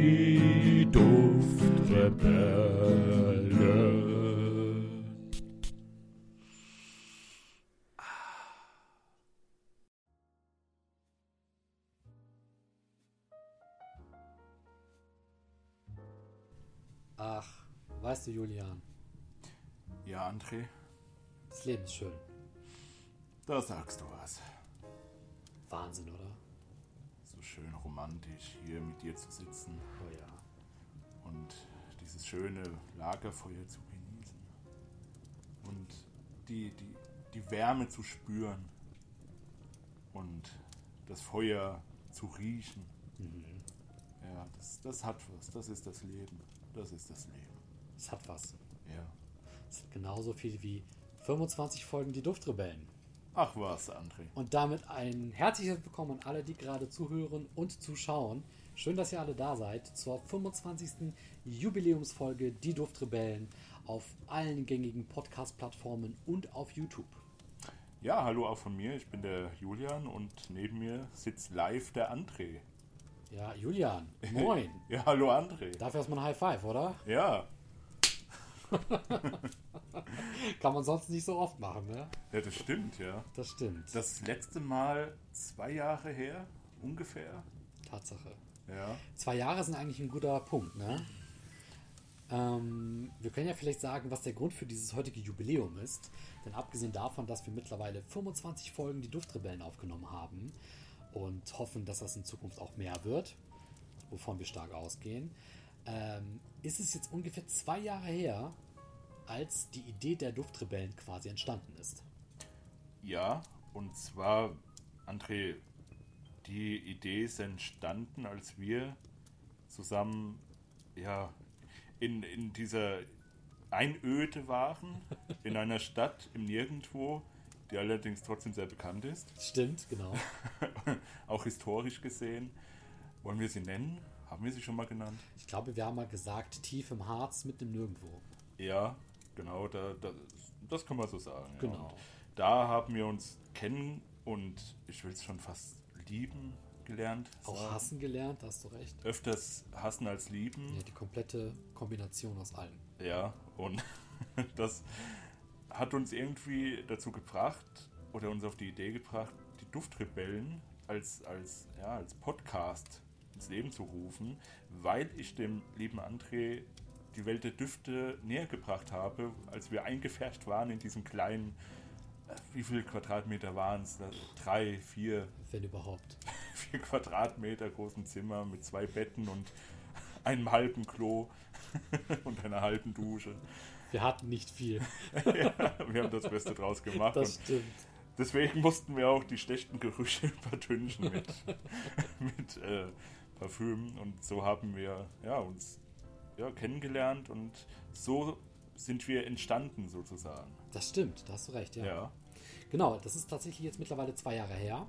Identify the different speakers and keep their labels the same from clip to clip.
Speaker 1: Die Duftrebellen.
Speaker 2: Ach, weißt du, Julian,
Speaker 1: Ja, André,
Speaker 2: das Leben ist schön.
Speaker 1: da sagst du was.
Speaker 2: Wahnsinn, oder?
Speaker 1: So schön romantisch hier mit dir zu sitzen
Speaker 2: Oh ja.
Speaker 1: und dieses schöne Lagerfeuer zu genießen. Und die, die, die Wärme zu spüren und das Feuer zu riechen.
Speaker 2: Mhm.
Speaker 1: Ja, das, das hat was. Das ist das Leben. Das ist das Leben.
Speaker 2: Es hat was.
Speaker 1: Ja.
Speaker 2: Es sind genauso viel wie 25 Folgen Die Duftrebellen.
Speaker 1: Ach was, André.
Speaker 2: Und damit ein herzliches Willkommen an alle, die gerade zuhören und zuschauen. Schön, dass ihr alle da seid zur 25. Jubiläumsfolge Die Duftrebellen auf allen gängigen Podcast-Plattformen und auf YouTube.
Speaker 1: Ja, hallo auch von mir. Ich bin der Julian und neben mir sitzt live der André.
Speaker 2: Ja, Julian, moin.
Speaker 1: Ja, hallo André.
Speaker 2: Dafür erstmal ein High Five, oder?
Speaker 1: Ja,
Speaker 2: Kann man sonst nicht so oft machen, ne?
Speaker 1: ja, das stimmt, ja.
Speaker 2: Das stimmt.
Speaker 1: Das letzte Mal zwei Jahre her, ungefähr.
Speaker 2: Tatsache.
Speaker 1: Ja.
Speaker 2: Zwei Jahre sind eigentlich ein guter Punkt, ne? Ähm, wir können ja vielleicht sagen, was der Grund für dieses heutige Jubiläum ist. Denn abgesehen davon, dass wir mittlerweile 25 Folgen die Duftrebellen aufgenommen haben und hoffen, dass das in Zukunft auch mehr wird, wovon wir stark ausgehen, ähm, ist es jetzt ungefähr zwei Jahre her, als die Idee der Duftrebellen quasi entstanden ist.
Speaker 1: Ja, und zwar, André, die Idee ist entstanden, als wir zusammen ja, in, in dieser Einöde waren, in einer Stadt im Nirgendwo, die allerdings trotzdem sehr bekannt ist,
Speaker 2: Stimmt, genau.
Speaker 1: auch historisch gesehen. Wollen wir sie nennen? Haben wir sie schon mal genannt?
Speaker 2: Ich glaube, wir haben mal gesagt, tief im Harz mit dem Nirgendwo.
Speaker 1: Ja, genau, da, da, das kann man so sagen. Ja.
Speaker 2: Genau.
Speaker 1: Und Da haben wir uns kennen und ich will es schon fast lieben gelernt.
Speaker 2: Auch
Speaker 1: sagen.
Speaker 2: hassen gelernt, da hast du recht.
Speaker 1: Öfters hassen als lieben.
Speaker 2: Ja, die komplette Kombination aus allem.
Speaker 1: Ja, und das hat uns irgendwie dazu gebracht oder uns auf die Idee gebracht, die Duftrebellen als, als, ja, als Podcast ins Leben zu rufen, weil ich dem lieben André die Welt der Düfte näher gebracht habe, als wir eingefärscht waren in diesem kleinen, äh, wie viele Quadratmeter waren es? Drei, vier,
Speaker 2: Wenn überhaupt.
Speaker 1: vier Quadratmeter großen Zimmer mit zwei Betten und einem halben Klo und einer halben Dusche.
Speaker 2: Wir hatten nicht viel.
Speaker 1: ja, wir haben das Beste draus gemacht.
Speaker 2: Das
Speaker 1: Und
Speaker 2: stimmt.
Speaker 1: deswegen mussten wir auch die schlechten Gerüche übertünchen mit, mit äh, Parfüm. Und so haben wir ja, uns ja, kennengelernt und so sind wir entstanden sozusagen.
Speaker 2: Das stimmt, da hast du recht, ja.
Speaker 1: Ja. ja.
Speaker 2: Genau, das ist tatsächlich jetzt mittlerweile zwei Jahre her.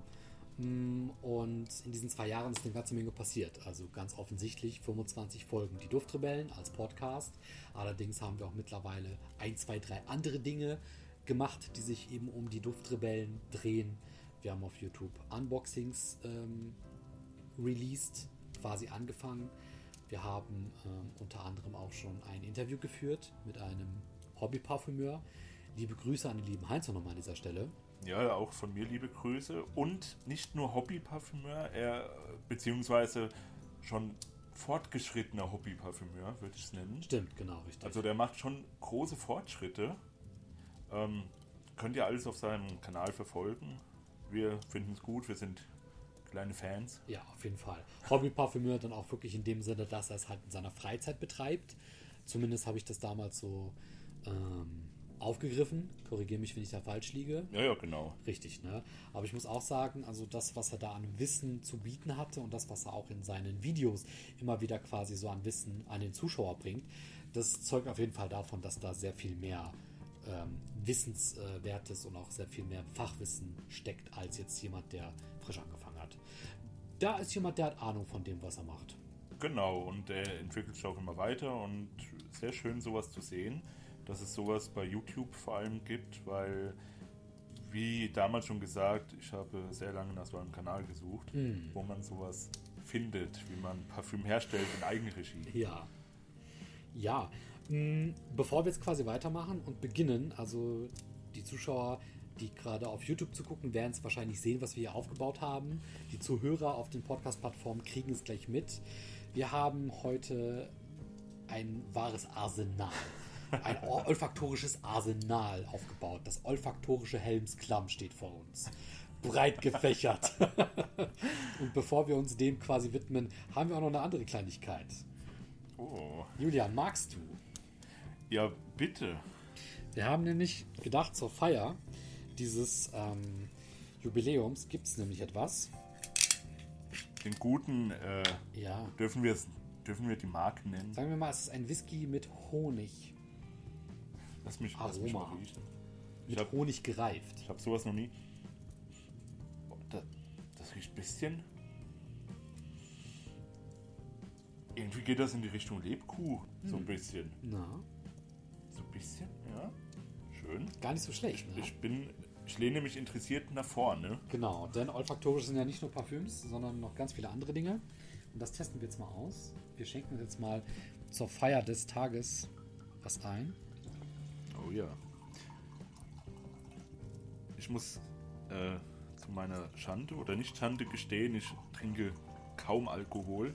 Speaker 2: Mm, Und in diesen zwei Jahren ist eine ganze Menge passiert. Also ganz offensichtlich 25 Folgen Die Duftrebellen als Podcast. Allerdings haben wir auch mittlerweile ein, zwei, drei andere Dinge gemacht, die sich eben um die Duftrebellen drehen. Wir haben auf YouTube Unboxings ähm, released, quasi angefangen. Wir haben ähm, unter anderem auch schon ein Interview geführt mit einem Hobbyparfümeur. Liebe Grüße an den lieben Heinz nochmal an dieser Stelle.
Speaker 1: auch von mir liebe Grüße. Und nicht nur Hobbyparfümeur, er äh, beziehungsweise schon fortgeschrittener Hobbyparfümeur, würde ich es nennen.
Speaker 2: Stimmt, genau, richtig.
Speaker 1: Also der macht schon große Fortschritte. Ähm, könnt ihr alles auf seinem Kanal verfolgen. Wir finden es gut, wir sind kleine Fans.
Speaker 2: ja, auf jeden Fall. Hobbyparfümeur dann auch wirklich in dem Sinne, dass er es halt in seiner Freizeit betreibt. Zumindest habe ich das damals so ähm, aufgegriffen. Korrigiere mich, wenn ich da falsch liege.
Speaker 1: Ja, ja, genau.
Speaker 2: Richtig, ne? Aber ich muss auch sagen, also das, was er da an Wissen zu bieten hatte und das, was er auch in seinen Videos immer wieder quasi so an Wissen an den Zuschauer bringt, das zeugt auf jeden Fall davon, dass da sehr viel mehr ähm, Wissenswertes und auch sehr viel mehr Fachwissen steckt, als jetzt jemand, der frisch angefangen hat. Da ist jemand, der hat Ahnung von dem, was er macht.
Speaker 1: Genau, und er entwickelt sich auch immer weiter und sehr schön sowas zu sehen, dass es sowas bei YouTube vor allem gibt, weil, Hm. wie damals schon gesagt, ich habe sehr lange nach so einem Kanal gesucht, wo man sowas findet, wie man Parfüm herstellt in Eigenregie.
Speaker 2: Ja. Ja. Mm, Bevor wir jetzt quasi weitermachen und beginnen, also die Zuschauer, die gerade auf YouTube zu gucken, werden es wahrscheinlich sehen, was wir hier aufgebaut haben. Die Zuhörer auf den Podcast-Plattformen kriegen es gleich mit. Wir haben heute ein wahres Arsenal. Ein o- olfaktorisches Arsenal aufgebaut. Das olfaktorische Helmsklamm steht vor uns. Breit gefächert. Und bevor wir uns dem quasi widmen, haben wir auch noch eine andere Kleinigkeit.
Speaker 1: Oh.
Speaker 2: Julian, magst du?
Speaker 1: Ja, bitte.
Speaker 2: Wir haben nämlich gedacht, zur Feier dieses ähm, Jubiläums gibt es nämlich etwas.
Speaker 1: Den guten, äh,
Speaker 2: Ja,
Speaker 1: dürfen wir es, dürfen wir die Marken nennen?
Speaker 2: sagen wir mal, es ist ein Whisky mit Honig.
Speaker 1: Lass mich, lass mich
Speaker 2: Aroma.
Speaker 1: mal riechen.
Speaker 2: Mit
Speaker 1: hab-
Speaker 2: Honig gereift.
Speaker 1: Ich habe sowas noch nie. Oh, Das, das riecht ein bisschen. Irgendwie geht das in die Richtung Lebkuh.
Speaker 2: Hm.
Speaker 1: So ein bisschen.
Speaker 2: Na,
Speaker 1: So ein bisschen, ja. Schön.
Speaker 2: gar nicht so schlecht. Ne?
Speaker 1: Ich bin. Ich lehne mich interessiert nach vorne.
Speaker 2: Genau, denn olfaktorisch sind ja nicht nur Parfüms, sondern noch ganz viele andere Dinge. Und das testen wir jetzt mal aus. Wir schenken uns jetzt mal zur Feier des Tages was ein.
Speaker 1: Oh ja. Ich muss äh, zu meiner Schande oder nicht Schande gestehen, ich trinke kaum Alkohol.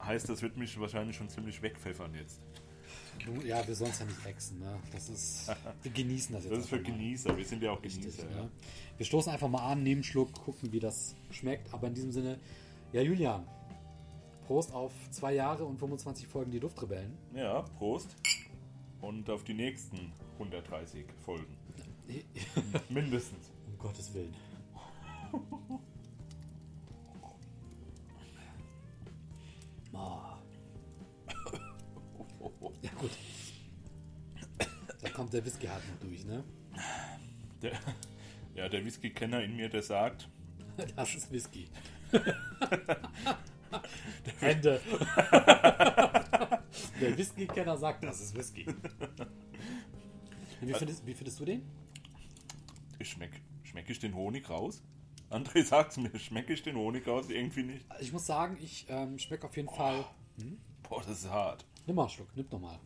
Speaker 1: Heißt, das wird mich wahrscheinlich schon ziemlich wegpfeffern jetzt.
Speaker 2: Nun, Ja, wir sollen es ja nicht exen. Ne? Das ist, wir genießen das jetzt.
Speaker 1: Das ist für
Speaker 2: einfach mal.
Speaker 1: Genießer. Wir sind ja auch
Speaker 2: Richtig,
Speaker 1: Genießer.
Speaker 2: ne? Wir stoßen einfach mal an, nehmen einen Schluck, gucken, wie das schmeckt. Aber in diesem Sinne, ja, Julian, Prost auf zwei Jahre und 25 Folgen Die Duftrebellen.
Speaker 1: Ja. ja, Prost. Und auf die nächsten 130 Folgen. Mindestens.
Speaker 2: Um Gottes Willen. Ah, ja, gut. Da kommt der Whisky halt noch durch, ne?
Speaker 1: Der, ja, der Whisky-Kenner in mir, der sagt,
Speaker 2: Das ist Whisky. Ende. Der Whisky-Kenner sagt, das ist Whisky. Wie findest, wie findest du den?
Speaker 1: ich schmeck, schmeck ich den Honig raus? André sagt's mir, schmecke ich den Honig raus? Irgendwie nicht.
Speaker 2: Ich muss sagen, ich ähm, schmecke auf jeden Fall.
Speaker 1: Boah, das ist hart.
Speaker 2: Nimm mal einen Schluck, nimm doch mal.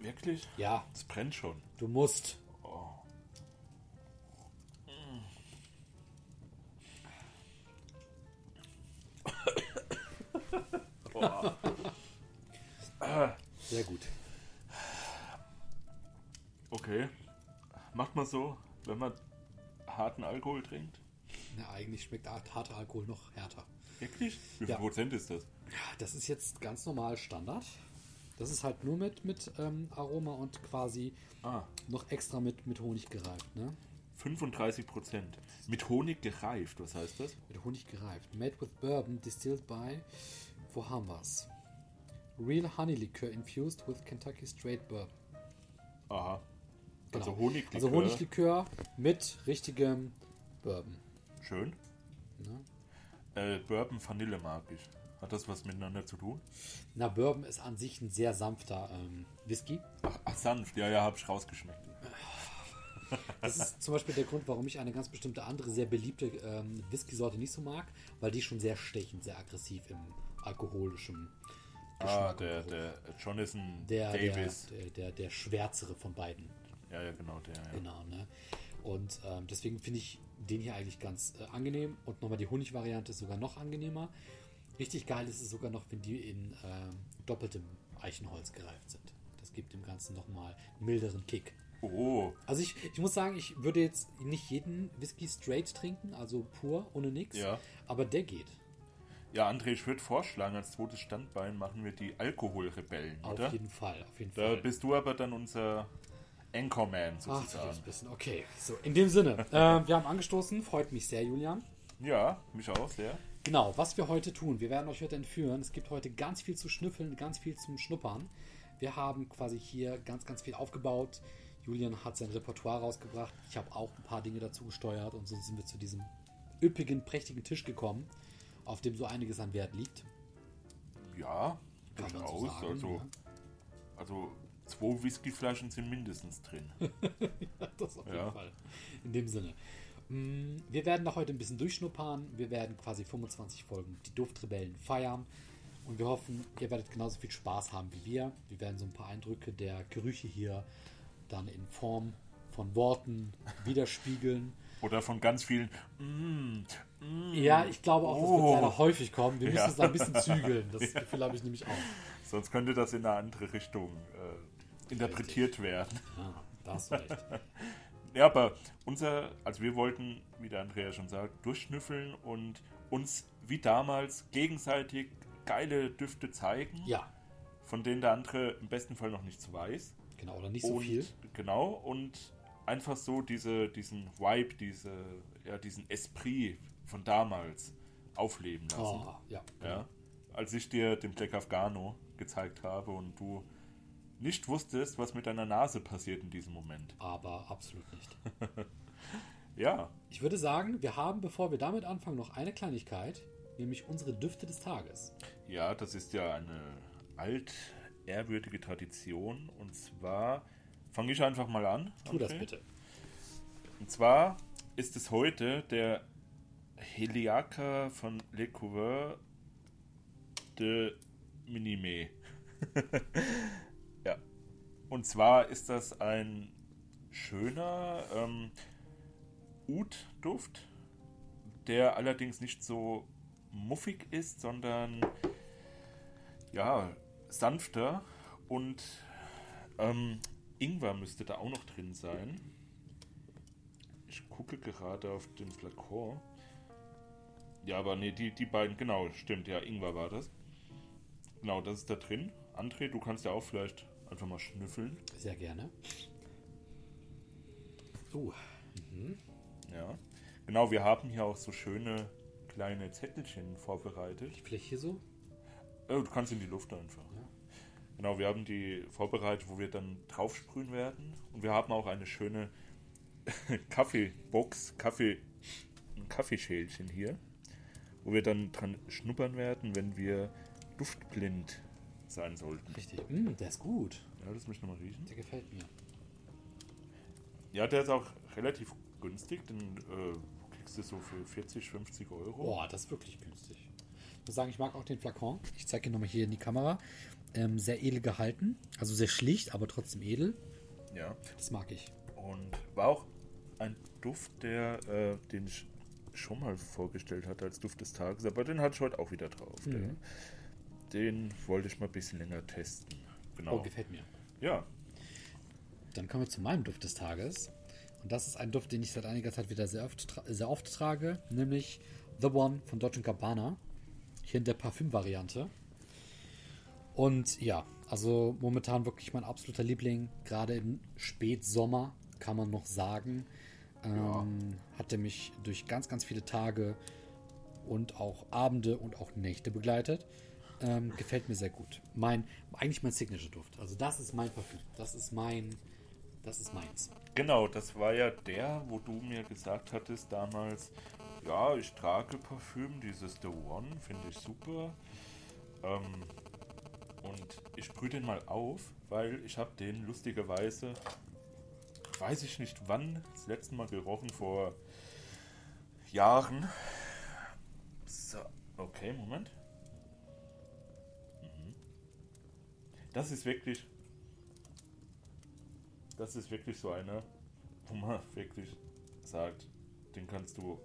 Speaker 1: Wirklich?
Speaker 2: Ja,
Speaker 1: Es brennt schon.
Speaker 2: du musst. Sehr gut.
Speaker 1: Okay. Macht man so, wenn man harten Alkohol trinkt?
Speaker 2: Na, eigentlich schmeckt harter Alkohol noch härter.
Speaker 1: Wirklich? Wie viel
Speaker 2: Ja.
Speaker 1: Prozent ist das?
Speaker 2: Das ist jetzt ganz normal Standard. Das ist halt nur mit, mit ähm, Aroma und quasi
Speaker 1: Ah,
Speaker 2: noch extra mit, mit Honig gereift. Ne?
Speaker 1: 35 Prozent. Mit Honig gereift, was heißt das?
Speaker 2: Mit Honig gereift. Made with Bourbon, distilled by. Wo haben wir's? Real Honey Liqueur infused with Kentucky Straight Bourbon.
Speaker 1: Aha.
Speaker 2: Genau.
Speaker 1: Also Honiglikör.
Speaker 2: Also Honiglikör mit richtigem Bourbon.
Speaker 1: Schön.
Speaker 2: Ne?
Speaker 1: Äh, Bourbon Vanille mag ich. Hat das was miteinander zu tun?
Speaker 2: Na, Bourbon ist an sich ein sehr sanfter ähm, Whisky.
Speaker 1: Ach, ach sanft. Ja, ja, hab ich rausgeschmeckt.
Speaker 2: Das ist zum Beispiel der Grund, warum ich eine ganz bestimmte andere, sehr beliebte ähm, Whisky-Sorte nicht so mag, weil die schon sehr stechend, sehr aggressiv im alkoholischen
Speaker 1: Ah,
Speaker 2: Geschmack.
Speaker 1: der,
Speaker 2: und Geruch.
Speaker 1: der Jonathan
Speaker 2: der, der,
Speaker 1: Davis.
Speaker 2: der, der, der schwärzere von beiden.
Speaker 1: Ja, ja, genau, der. Ja.
Speaker 2: Genau, ne? Und ähm, deswegen finde ich den hier eigentlich ganz äh, angenehm. Und nochmal die Honigvariante ist sogar noch angenehmer. Richtig geil ist es sogar noch, wenn die in ähm, doppeltem Eichenholz gereift sind. Das gibt dem Ganzen nochmal einen milderen Kick.
Speaker 1: Oh,
Speaker 2: Also ich, ich muss sagen, ich würde jetzt nicht jeden Whisky straight trinken, also pur, ohne nichts.
Speaker 1: Ja.
Speaker 2: Aber der geht.
Speaker 1: ja, André, ich würde vorschlagen, als zweites Standbein machen wir die Alkoholrebellen,
Speaker 2: Auf
Speaker 1: oder?
Speaker 2: jeden Fall. Auf jeden
Speaker 1: Da
Speaker 2: Fall.
Speaker 1: bist du aber dann unser Anchorman
Speaker 2: Ach, das
Speaker 1: sozusagen.
Speaker 2: ist ein bisschen. Okay. So, in dem Sinne, ähm, wir haben angestoßen. Freut mich sehr, Julian.
Speaker 1: ja, mich auch sehr.
Speaker 2: Genau, was wir heute tun, wir werden euch heute entführen. Es gibt heute ganz viel zu schnüffeln, ganz viel zum Schnuppern. Wir haben quasi hier ganz, ganz viel aufgebaut. Julian hat sein Repertoire rausgebracht. Ich habe auch ein paar Dinge dazu gesteuert und so sind wir zu diesem üppigen, prächtigen Tisch gekommen, auf dem so einiges an Wert liegt.
Speaker 1: Ja,
Speaker 2: Kann man so
Speaker 1: durchaus.
Speaker 2: sagen, ne?
Speaker 1: also,
Speaker 2: ja.
Speaker 1: also zwei Whiskyflaschen sind mindestens drin.
Speaker 2: Das auf jeden
Speaker 1: Ja.
Speaker 2: Fall. In dem Sinne. Mm, Wir werden noch heute ein bisschen durchschnuppern. Wir werden quasi 25 Folgen die Duftrebellen feiern. Und wir hoffen, ihr werdet genauso viel Spaß haben wie wir. Wir werden so ein paar Eindrücke der Gerüche hier dann in Form von Worten widerspiegeln.
Speaker 1: Oder von ganz vielen. Mm, mm.
Speaker 2: Ja, ich glaube auch, das wird
Speaker 1: Oh.
Speaker 2: leider häufig kommen. Wir müssen
Speaker 1: Ja.
Speaker 2: es da ein bisschen zügeln. Das Gefühl habe ich nämlich auch.
Speaker 1: Sonst könnte das in eine andere Richtung äh, interpretiert werden.
Speaker 2: Ja, Ah, da hast du recht.
Speaker 1: Ja, aber unser, also wir wollten, wie der Andrea schon sagt, durchschnüffeln und uns wie damals gegenseitig geile Düfte zeigen,
Speaker 2: Ja,
Speaker 1: von denen der andere im besten Fall noch nichts weiß.
Speaker 2: genau. Oder nicht so
Speaker 1: und,
Speaker 2: viel.
Speaker 1: Genau, und einfach so diese, diesen Vibe, diese, ja, diesen Esprit von damals aufleben lassen.
Speaker 2: Oh, ja.
Speaker 1: Ja. Als ich dir den Black Afghano gezeigt habe und du nicht wusstest, was mit deiner Nase passiert in diesem Moment.
Speaker 2: Aber absolut nicht.
Speaker 1: Ja,
Speaker 2: Ich würde sagen, wir haben, bevor wir damit anfangen, noch eine Kleinigkeit, nämlich unsere Düfte des Tages.
Speaker 1: ja, das ist ja eine alt ehrwürdige Tradition. Und zwar fange ich einfach mal an.
Speaker 2: Tu das
Speaker 1: André.
Speaker 2: bitte.
Speaker 1: Und zwar ist es heute der Heliaca von Le Couveur de Minime. ja. Und zwar ist das ein schöner ähm, Oud-Duft, der allerdings nicht so muffig ist, sondern ja, sanfter und ähm, Ingwer müsste da auch noch drin sein. Ich gucke gerade auf den Flakon. Ja, aber nee, die, die beiden, genau, stimmt, ja, Ingwer war das. Genau, das ist da drin. André, du kannst ja auch vielleicht einfach mal schnüffeln.
Speaker 2: Sehr gerne. Uh,
Speaker 1: Ja. Genau, wir haben hier auch so schöne kleine Zettelchen vorbereitet.
Speaker 2: vielleicht hier so?
Speaker 1: Äh, du kannst in die Luft einfach.
Speaker 2: Ja.
Speaker 1: Genau, wir haben die vorbereitet, wo wir dann draufsprühen werden. Und wir haben auch eine schöne Kaffeebox, Kaffee, ein Kaffeeschälchen hier, wo wir dann dran schnuppern werden, wenn wir duftblind sein sollten.
Speaker 2: Richtig. Mm, der ist gut.
Speaker 1: Ja, das möchte ich nochmal riechen.
Speaker 2: Der gefällt mir.
Speaker 1: Ja, der ist auch relativ günstig, denn äh, kriegst du so für 40, 50 Euro.
Speaker 2: Boah, das ist wirklich günstig. Ich muss sagen, ich mag auch den Flakon. Ich zeige ihn nochmal hier in die Kamera. Ähm, sehr edel gehalten. Also sehr schlicht, aber trotzdem edel.
Speaker 1: Ja.
Speaker 2: Das mag ich.
Speaker 1: Und war auch ein Duft, der, äh, den ich schon mal vorgestellt hatte als Duft des Tages, aber den hatte ich heute auch wieder drauf. Der, den wollte ich mal ein bisschen länger testen. Genau.
Speaker 2: Oh, gefällt mir.
Speaker 1: Ja,
Speaker 2: Dann kommen wir zu meinem Duft des Tages. Und das ist ein Duft, den ich seit einiger Zeit wieder sehr oft, tra sehr oft trage, nämlich The One von Dolce Gabbana. Hier in der Parfüm-Variante. Und ja, also momentan wirklich mein absoluter Liebling. Gerade im Spätsommer kann man noch sagen. Ähm, Hat er mich durch ganz, ganz viele Tage und auch Abende und auch Nächte begleitet. Ähm, gefällt mir sehr gut. Mein, eigentlich mein Signature-Duft. Also das ist mein Parfüm. Das ist mein, das ist meins.
Speaker 1: genau, das war ja der, wo du mir gesagt hattest damals, ja, ich trage Parfüm, dieses The One, finde ich super. Ähm, und ich sprühe den mal auf, weil ich habe den lustigerweise, weiß ich nicht wann, das letzte Mal gerochen, vor Jahren. So, okay, Moment. Mhm. Das ist wirklich, das ist wirklich so einer, wo man wirklich sagt, den kannst du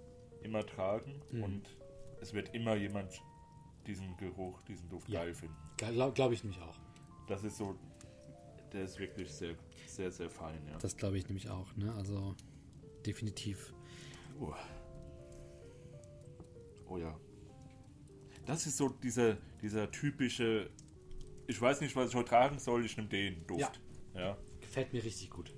Speaker 1: immer tragen
Speaker 2: Mhm.
Speaker 1: und es wird immer jemand diesen Geruch, diesen Duft
Speaker 2: Ja.
Speaker 1: geil finden.
Speaker 2: Glaube glaub ich nämlich auch.
Speaker 1: Das ist so, der ist wirklich sehr, sehr, sehr fein, ja.
Speaker 2: Das glaube ich nämlich auch. Ne? Also definitiv.
Speaker 1: Oh. oh ja. Das ist so dieser, dieser typische, ich weiß nicht, was ich heute tragen soll, ich nehme den Duft. Ja.
Speaker 2: Gefällt mir richtig gut.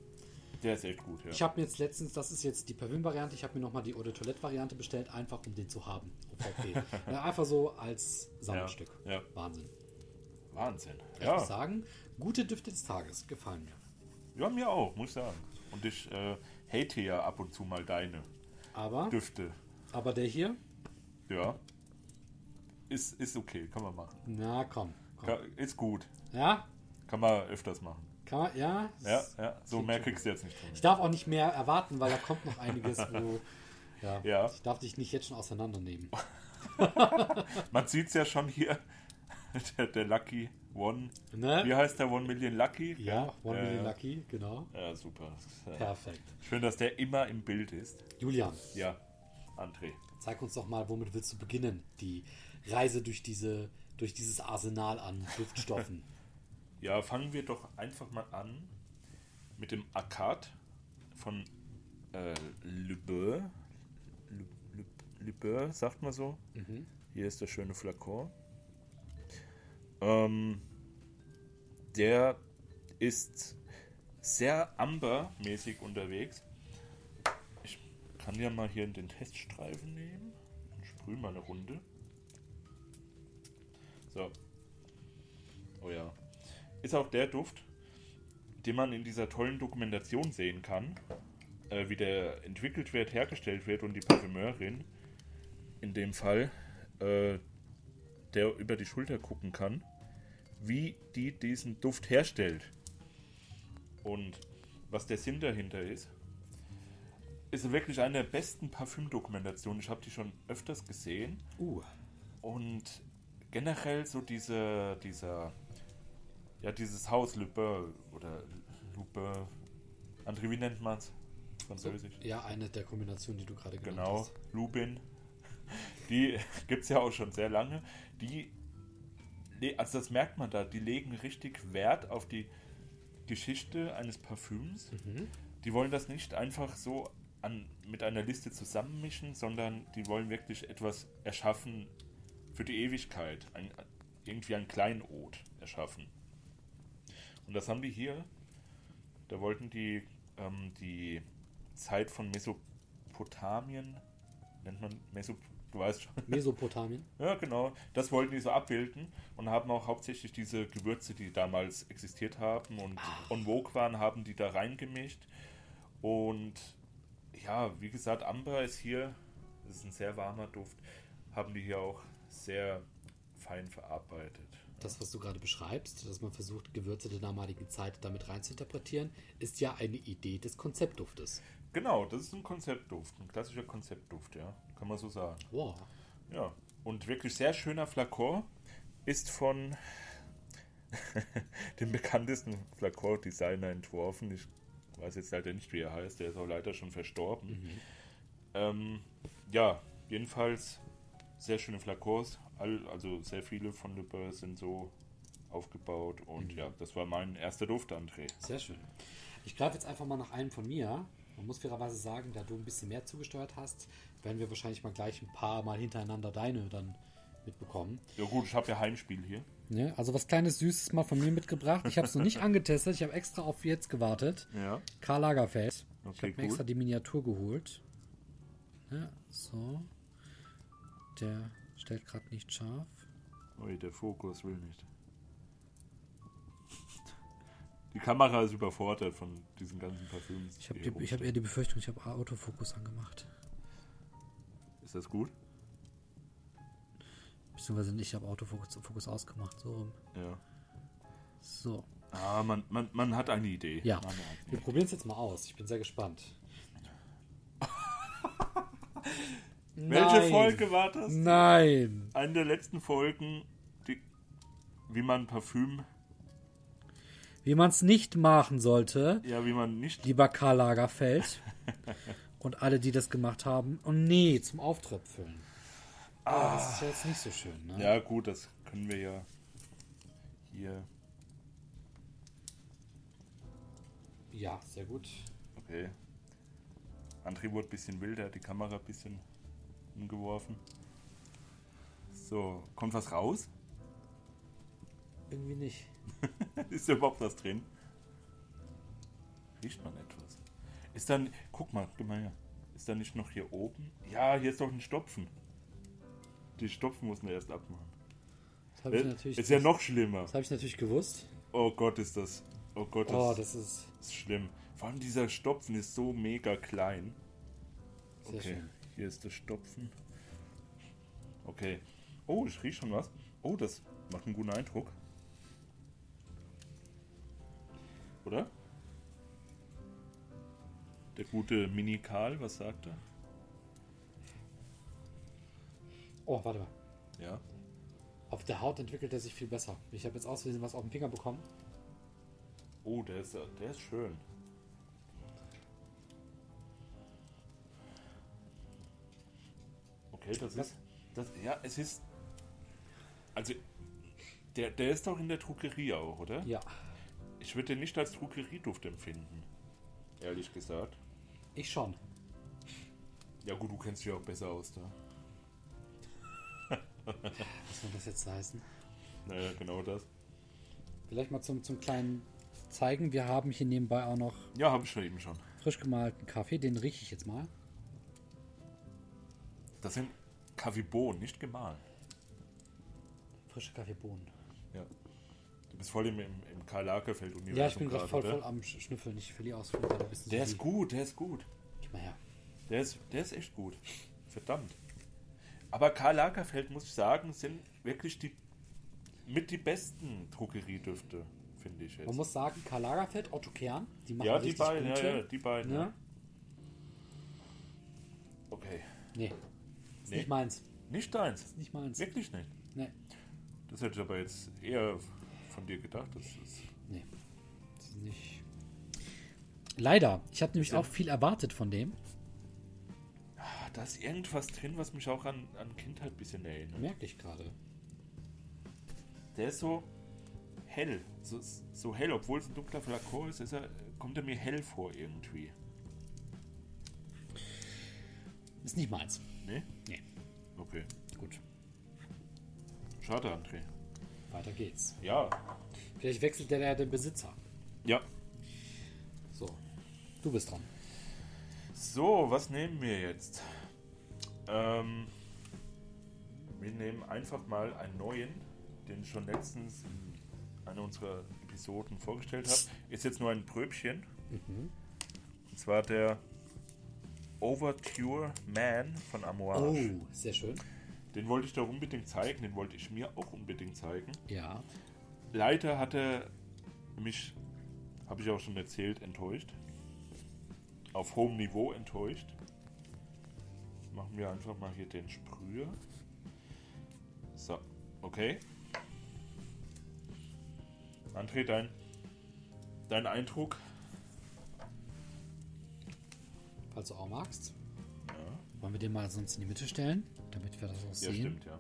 Speaker 1: Der ist echt gut, ja.
Speaker 2: Ich habe mir jetzt letztens, das ist jetzt die Pavillon-Variante, ich habe mir nochmal die Eau de Toilette-Variante bestellt, einfach um den zu haben. OVP. ja, einfach so als Sammelstück.
Speaker 1: Ja, ja.
Speaker 2: Wahnsinn.
Speaker 1: Wahnsinn.
Speaker 2: Ich muss
Speaker 1: Ja.
Speaker 2: sagen, gute Düfte des Tages gefallen mir.
Speaker 1: ja, mir auch, muss ich sagen. Und ich äh, hate ja ab und zu mal deine
Speaker 2: Aber,
Speaker 1: Düfte.
Speaker 2: aber der hier,
Speaker 1: Ja. Ist, ist okay, kann man machen.
Speaker 2: na komm. komm.
Speaker 1: Ka- Ist gut.
Speaker 2: Ja,
Speaker 1: Kann man öfters machen.
Speaker 2: kann man, ja.
Speaker 1: Ja, ja. So
Speaker 2: Klingt
Speaker 1: mehr
Speaker 2: schon.
Speaker 1: kriegst du jetzt nicht von mir.
Speaker 2: Ich darf auch nicht mehr erwarten, weil da kommt noch einiges, wo, Ja.
Speaker 1: Ja.
Speaker 2: Ich darf dich nicht jetzt schon auseinandernehmen.
Speaker 1: Man sieht es ja schon hier. Der, der Lucky One. Wie
Speaker 2: Ne?
Speaker 1: heißt der One Million Lucky?
Speaker 2: Ja, One
Speaker 1: Ja,
Speaker 2: Million
Speaker 1: ja.
Speaker 2: Lucky, genau.
Speaker 1: Ja, super.
Speaker 2: Perfekt.
Speaker 1: Schön, dass der immer im Bild ist.
Speaker 2: Julian,
Speaker 1: Ja, André.
Speaker 2: zeig uns doch mal, womit willst du beginnen? Die Reise durch diese durch dieses Arsenal an Duftstoffen.
Speaker 1: Ja, fangen wir doch einfach mal an mit dem Akkad von äh, Lübbe. Lübbe, sagt man so.
Speaker 2: mhm.
Speaker 1: Hier ist der schöne Flakon. Ähm, der ist sehr ambermäßig unterwegs. Ich kann ja mal hier den Teststreifen nehmen und sprühe mal eine Runde. So. Oh ja. Ist auch der Duft, den man in dieser tollen Dokumentation sehen kann, äh, wie der entwickelt wird, hergestellt wird und die Parfümeurin in dem Fall, äh, der über die Schulter gucken kann, wie die diesen Duft herstellt. Und was der Sinn dahinter ist, ist wirklich eine der besten Parfümdokumentationen. Ich habe die schon öfters gesehen.
Speaker 2: Uh,
Speaker 1: Und generell so diese, dieser, ja, dieses Haus Lupin oder Lupin, André, wie nennt man es? Französisch.
Speaker 2: ja, eine der Kombinationen, die du gerade genannt
Speaker 1: Genau,
Speaker 2: hast.
Speaker 1: Lubin. Die gibt es ja auch schon sehr lange. Die, le- also das merkt man da, die legen richtig Wert auf die Geschichte eines Parfüms.
Speaker 2: Mhm.
Speaker 1: Die wollen das nicht einfach so an, mit einer Liste zusammenmischen, sondern die wollen wirklich etwas erschaffen für die Ewigkeit. Ein, irgendwie ein Kleinod erschaffen. Und das haben die hier. Da wollten die ähm, die Zeit von Mesopotamien, nennt man Mesop du weißt schon.
Speaker 2: Mesopotamien.
Speaker 1: Ja, genau. Das wollten die so abbilden und haben auch hauptsächlich diese Gewürze, die damals existiert haben und on vogue waren, haben die da reingemischt. Und ja, wie gesagt, Amber ist hier, das ist ein sehr warmer Duft, haben die hier auch sehr fein verarbeitet.
Speaker 2: das, was du gerade beschreibst, dass man versucht, Gewürze der damaligen Zeit damit reinzuinterpretieren, ist ja eine Idee des Konzeptduftes.
Speaker 1: Genau, das ist ein Konzeptduft, ein klassischer Konzeptduft, ja. Kann man so sagen.
Speaker 2: Wow.
Speaker 1: Ja, und wirklich sehr schöner Flakon ist von dem bekanntesten Flakon-Designer entworfen. Ich weiß jetzt leider nicht, wie er heißt. Der ist auch leider schon verstorben. Ähm, ja, jedenfalls sehr schöne Flakons. All, also sehr viele von Le Beurre sind so aufgebaut. Und ja, das war mein erster Duft, André.
Speaker 2: Sehr schön. Ich greife jetzt einfach mal nach einem von mir. Man muss fairerweise sagen, da du ein bisschen mehr zugesteuert hast, werden wir wahrscheinlich mal gleich ein paar Mal hintereinander deine dann mitbekommen.
Speaker 1: Ja gut, ich habe ja Heimspiel hier.
Speaker 2: Ne? Also was kleines Süßes mal von mir mitgebracht. Ich habe es noch nicht angetestet. Ich habe extra auf jetzt gewartet.
Speaker 1: Ja.
Speaker 2: Karl Lagerfeld. ich
Speaker 1: Okay,
Speaker 2: habe mir
Speaker 1: cool.
Speaker 2: extra die Miniatur geholt. Ja, so. Der stellt gerade nicht scharf.
Speaker 1: Ui, der Fokus will nicht. Die Kamera ist überfordert von diesen ganzen Parfümen.
Speaker 3: Ich habe
Speaker 1: die hier
Speaker 3: hab eher
Speaker 1: rumstehen.
Speaker 3: die Befürchtung, ich habe Autofokus angemacht.
Speaker 1: Ist das gut?
Speaker 3: Beziehungsweise nicht, ich habe Autofokus Fokus ausgemacht. So rum.
Speaker 1: Ja.
Speaker 3: So.
Speaker 1: Ah, man, man, man hat eine Idee.
Speaker 3: Ja.
Speaker 1: Man hat eine
Speaker 2: Wir
Speaker 1: Idee.
Speaker 2: probieren es jetzt mal aus. Ich bin sehr gespannt.
Speaker 1: Welche Folge war das?
Speaker 3: Nein!
Speaker 1: Eine der letzten Folgen, die, wie man Parfüm,
Speaker 3: Wie man es nicht machen sollte,
Speaker 1: ja, wie man nicht.
Speaker 3: lieber Karl Lagerfeld und alle, die das gemacht haben. Und nee, zum
Speaker 2: Zum Auftröpfeln. Ah. Das ist ja jetzt nicht so schön, ne?
Speaker 1: Ja, gut, das können wir ja hier.
Speaker 2: Ja, sehr gut.
Speaker 1: Okay. André wurde ein bisschen wilder, hat die Kamera ein bisschen umgeworfen. So, kommt was raus?
Speaker 3: irgendwie nicht.
Speaker 1: Ist da überhaupt was drin? Riecht man etwas? Ist dann, guck mal, guck mal her. Ist da nicht noch hier oben? Ja, hier ist doch ein Stopfen. Die Stopfen muss man erst abmachen.
Speaker 2: Das habe ich,
Speaker 1: Äh,
Speaker 2: natürlich-
Speaker 1: Ist ja noch schlimmer.
Speaker 2: das hab ich natürlich gewusst.
Speaker 1: Oh Gott, ist das. Oh Gott, das,
Speaker 2: Oh, das ist
Speaker 1: ist schlimm. Vor allem dieser Stopfen ist so mega klein.
Speaker 2: sehr
Speaker 1: okay,
Speaker 2: schön.
Speaker 1: hier ist das Stopfen. Okay. Oh, ich rieche schon was. Oh, das macht einen guten Eindruck. Oder? Der gute Mini Karl, was sagt er?
Speaker 2: Oh, warte mal.
Speaker 1: Ja.
Speaker 2: Auf der Haut entwickelt er sich viel besser. Ich habe jetzt ausgesehen, was auf den Finger bekommen.
Speaker 1: Oh, der ist, der ist schön. Okay, das
Speaker 2: Was?
Speaker 1: ist. Das, ja, es ist. Also, der, der ist doch in der Druckerie auch, oder?
Speaker 2: Ja.
Speaker 1: Ich würde den nicht als Druckerieduft empfinden. Ehrlich gesagt.
Speaker 2: Ich schon.
Speaker 1: Ja, gut, du kennst dich auch besser aus da.
Speaker 2: Was soll das jetzt heißen?
Speaker 1: Naja, genau das.
Speaker 3: Vielleicht mal zum, zum kleinen Zeigen. Wir haben hier nebenbei auch noch
Speaker 1: Ja, habe ich schon eben schon.
Speaker 3: frisch gemalten Kaffee. Den rieche ich jetzt mal.
Speaker 1: Das sind Kavibohnen, nicht gemahlen.
Speaker 2: Frische Kaffeebohnen.
Speaker 1: Ja. Du bist voll im, im, im Karl Lagerfeld-Universum.
Speaker 2: Ja, ich bin gerade voll,
Speaker 1: oder?
Speaker 2: voll am Sch- Schnüffeln. Ich will die ausführen. aber ein bisschen
Speaker 1: Der
Speaker 2: zu
Speaker 1: ist
Speaker 2: viel.
Speaker 1: gut, der ist gut.
Speaker 2: Gib mal her.
Speaker 1: Der ist, der ist echt gut. Verdammt. Aber Karl Lagerfeld, muss ich sagen, sind wirklich die mit die besten Druckeriedüfte, finde ich jetzt.
Speaker 2: Man muss sagen, Karl Lagerfeld, Otto Kern, die machen
Speaker 1: ja, die
Speaker 2: richtig
Speaker 1: beiden, ja,
Speaker 2: gute.
Speaker 1: ja, die beiden.
Speaker 2: Ne?
Speaker 1: Ja. Okay.
Speaker 2: Nee. Ist
Speaker 1: Nee.
Speaker 2: nicht meins.
Speaker 1: Nicht deins.
Speaker 2: Ist nicht meins.
Speaker 1: Wirklich nicht.
Speaker 2: Nee.
Speaker 1: Das hätte ich aber jetzt eher von dir gedacht. Das ist
Speaker 2: Nee. Das ist nicht.
Speaker 3: Leider. Ich habe nämlich auch viel erwartet von dem.
Speaker 1: Ah, da ist irgendwas drin, was mich auch an, an Kindheit ein bisschen erinnert.
Speaker 2: Merke ich gerade.
Speaker 1: Der ist so hell. So, so hell, obwohl es ein dunkler Flakon ist, ist er, kommt er mir hell vor irgendwie.
Speaker 2: Ist nicht meins.
Speaker 1: Ne?
Speaker 2: Nee.
Speaker 1: Okay.
Speaker 2: Gut.
Speaker 1: Schade, André.
Speaker 2: Weiter geht's.
Speaker 1: Ja.
Speaker 2: Vielleicht wechselt der, der den Besitzer.
Speaker 1: Ja.
Speaker 2: So. Du bist dran.
Speaker 1: So, was nehmen wir jetzt? Ähm, wir nehmen einfach mal einen neuen, den ich schon letztens in einer unserer Episoden vorgestellt habe. Ist jetzt nur ein Pröbchen. Und zwar der Overture Man von Amouage.
Speaker 2: Oh, sehr schön.
Speaker 1: Den wollte ich doch unbedingt zeigen, den wollte ich mir auch unbedingt zeigen.
Speaker 2: Ja.
Speaker 1: Leider hat er mich, habe ich auch schon erzählt, enttäuscht. Auf hohem Niveau enttäuscht. Machen wir einfach mal hier den Sprüher. So, okay. André, dein, dein Eindruck?
Speaker 2: Falls du auch magst.
Speaker 3: Wollen wir den mal sonst in die Mitte stellen, damit wir das auch
Speaker 1: Ja,
Speaker 3: sehen?
Speaker 1: stimmt, ja.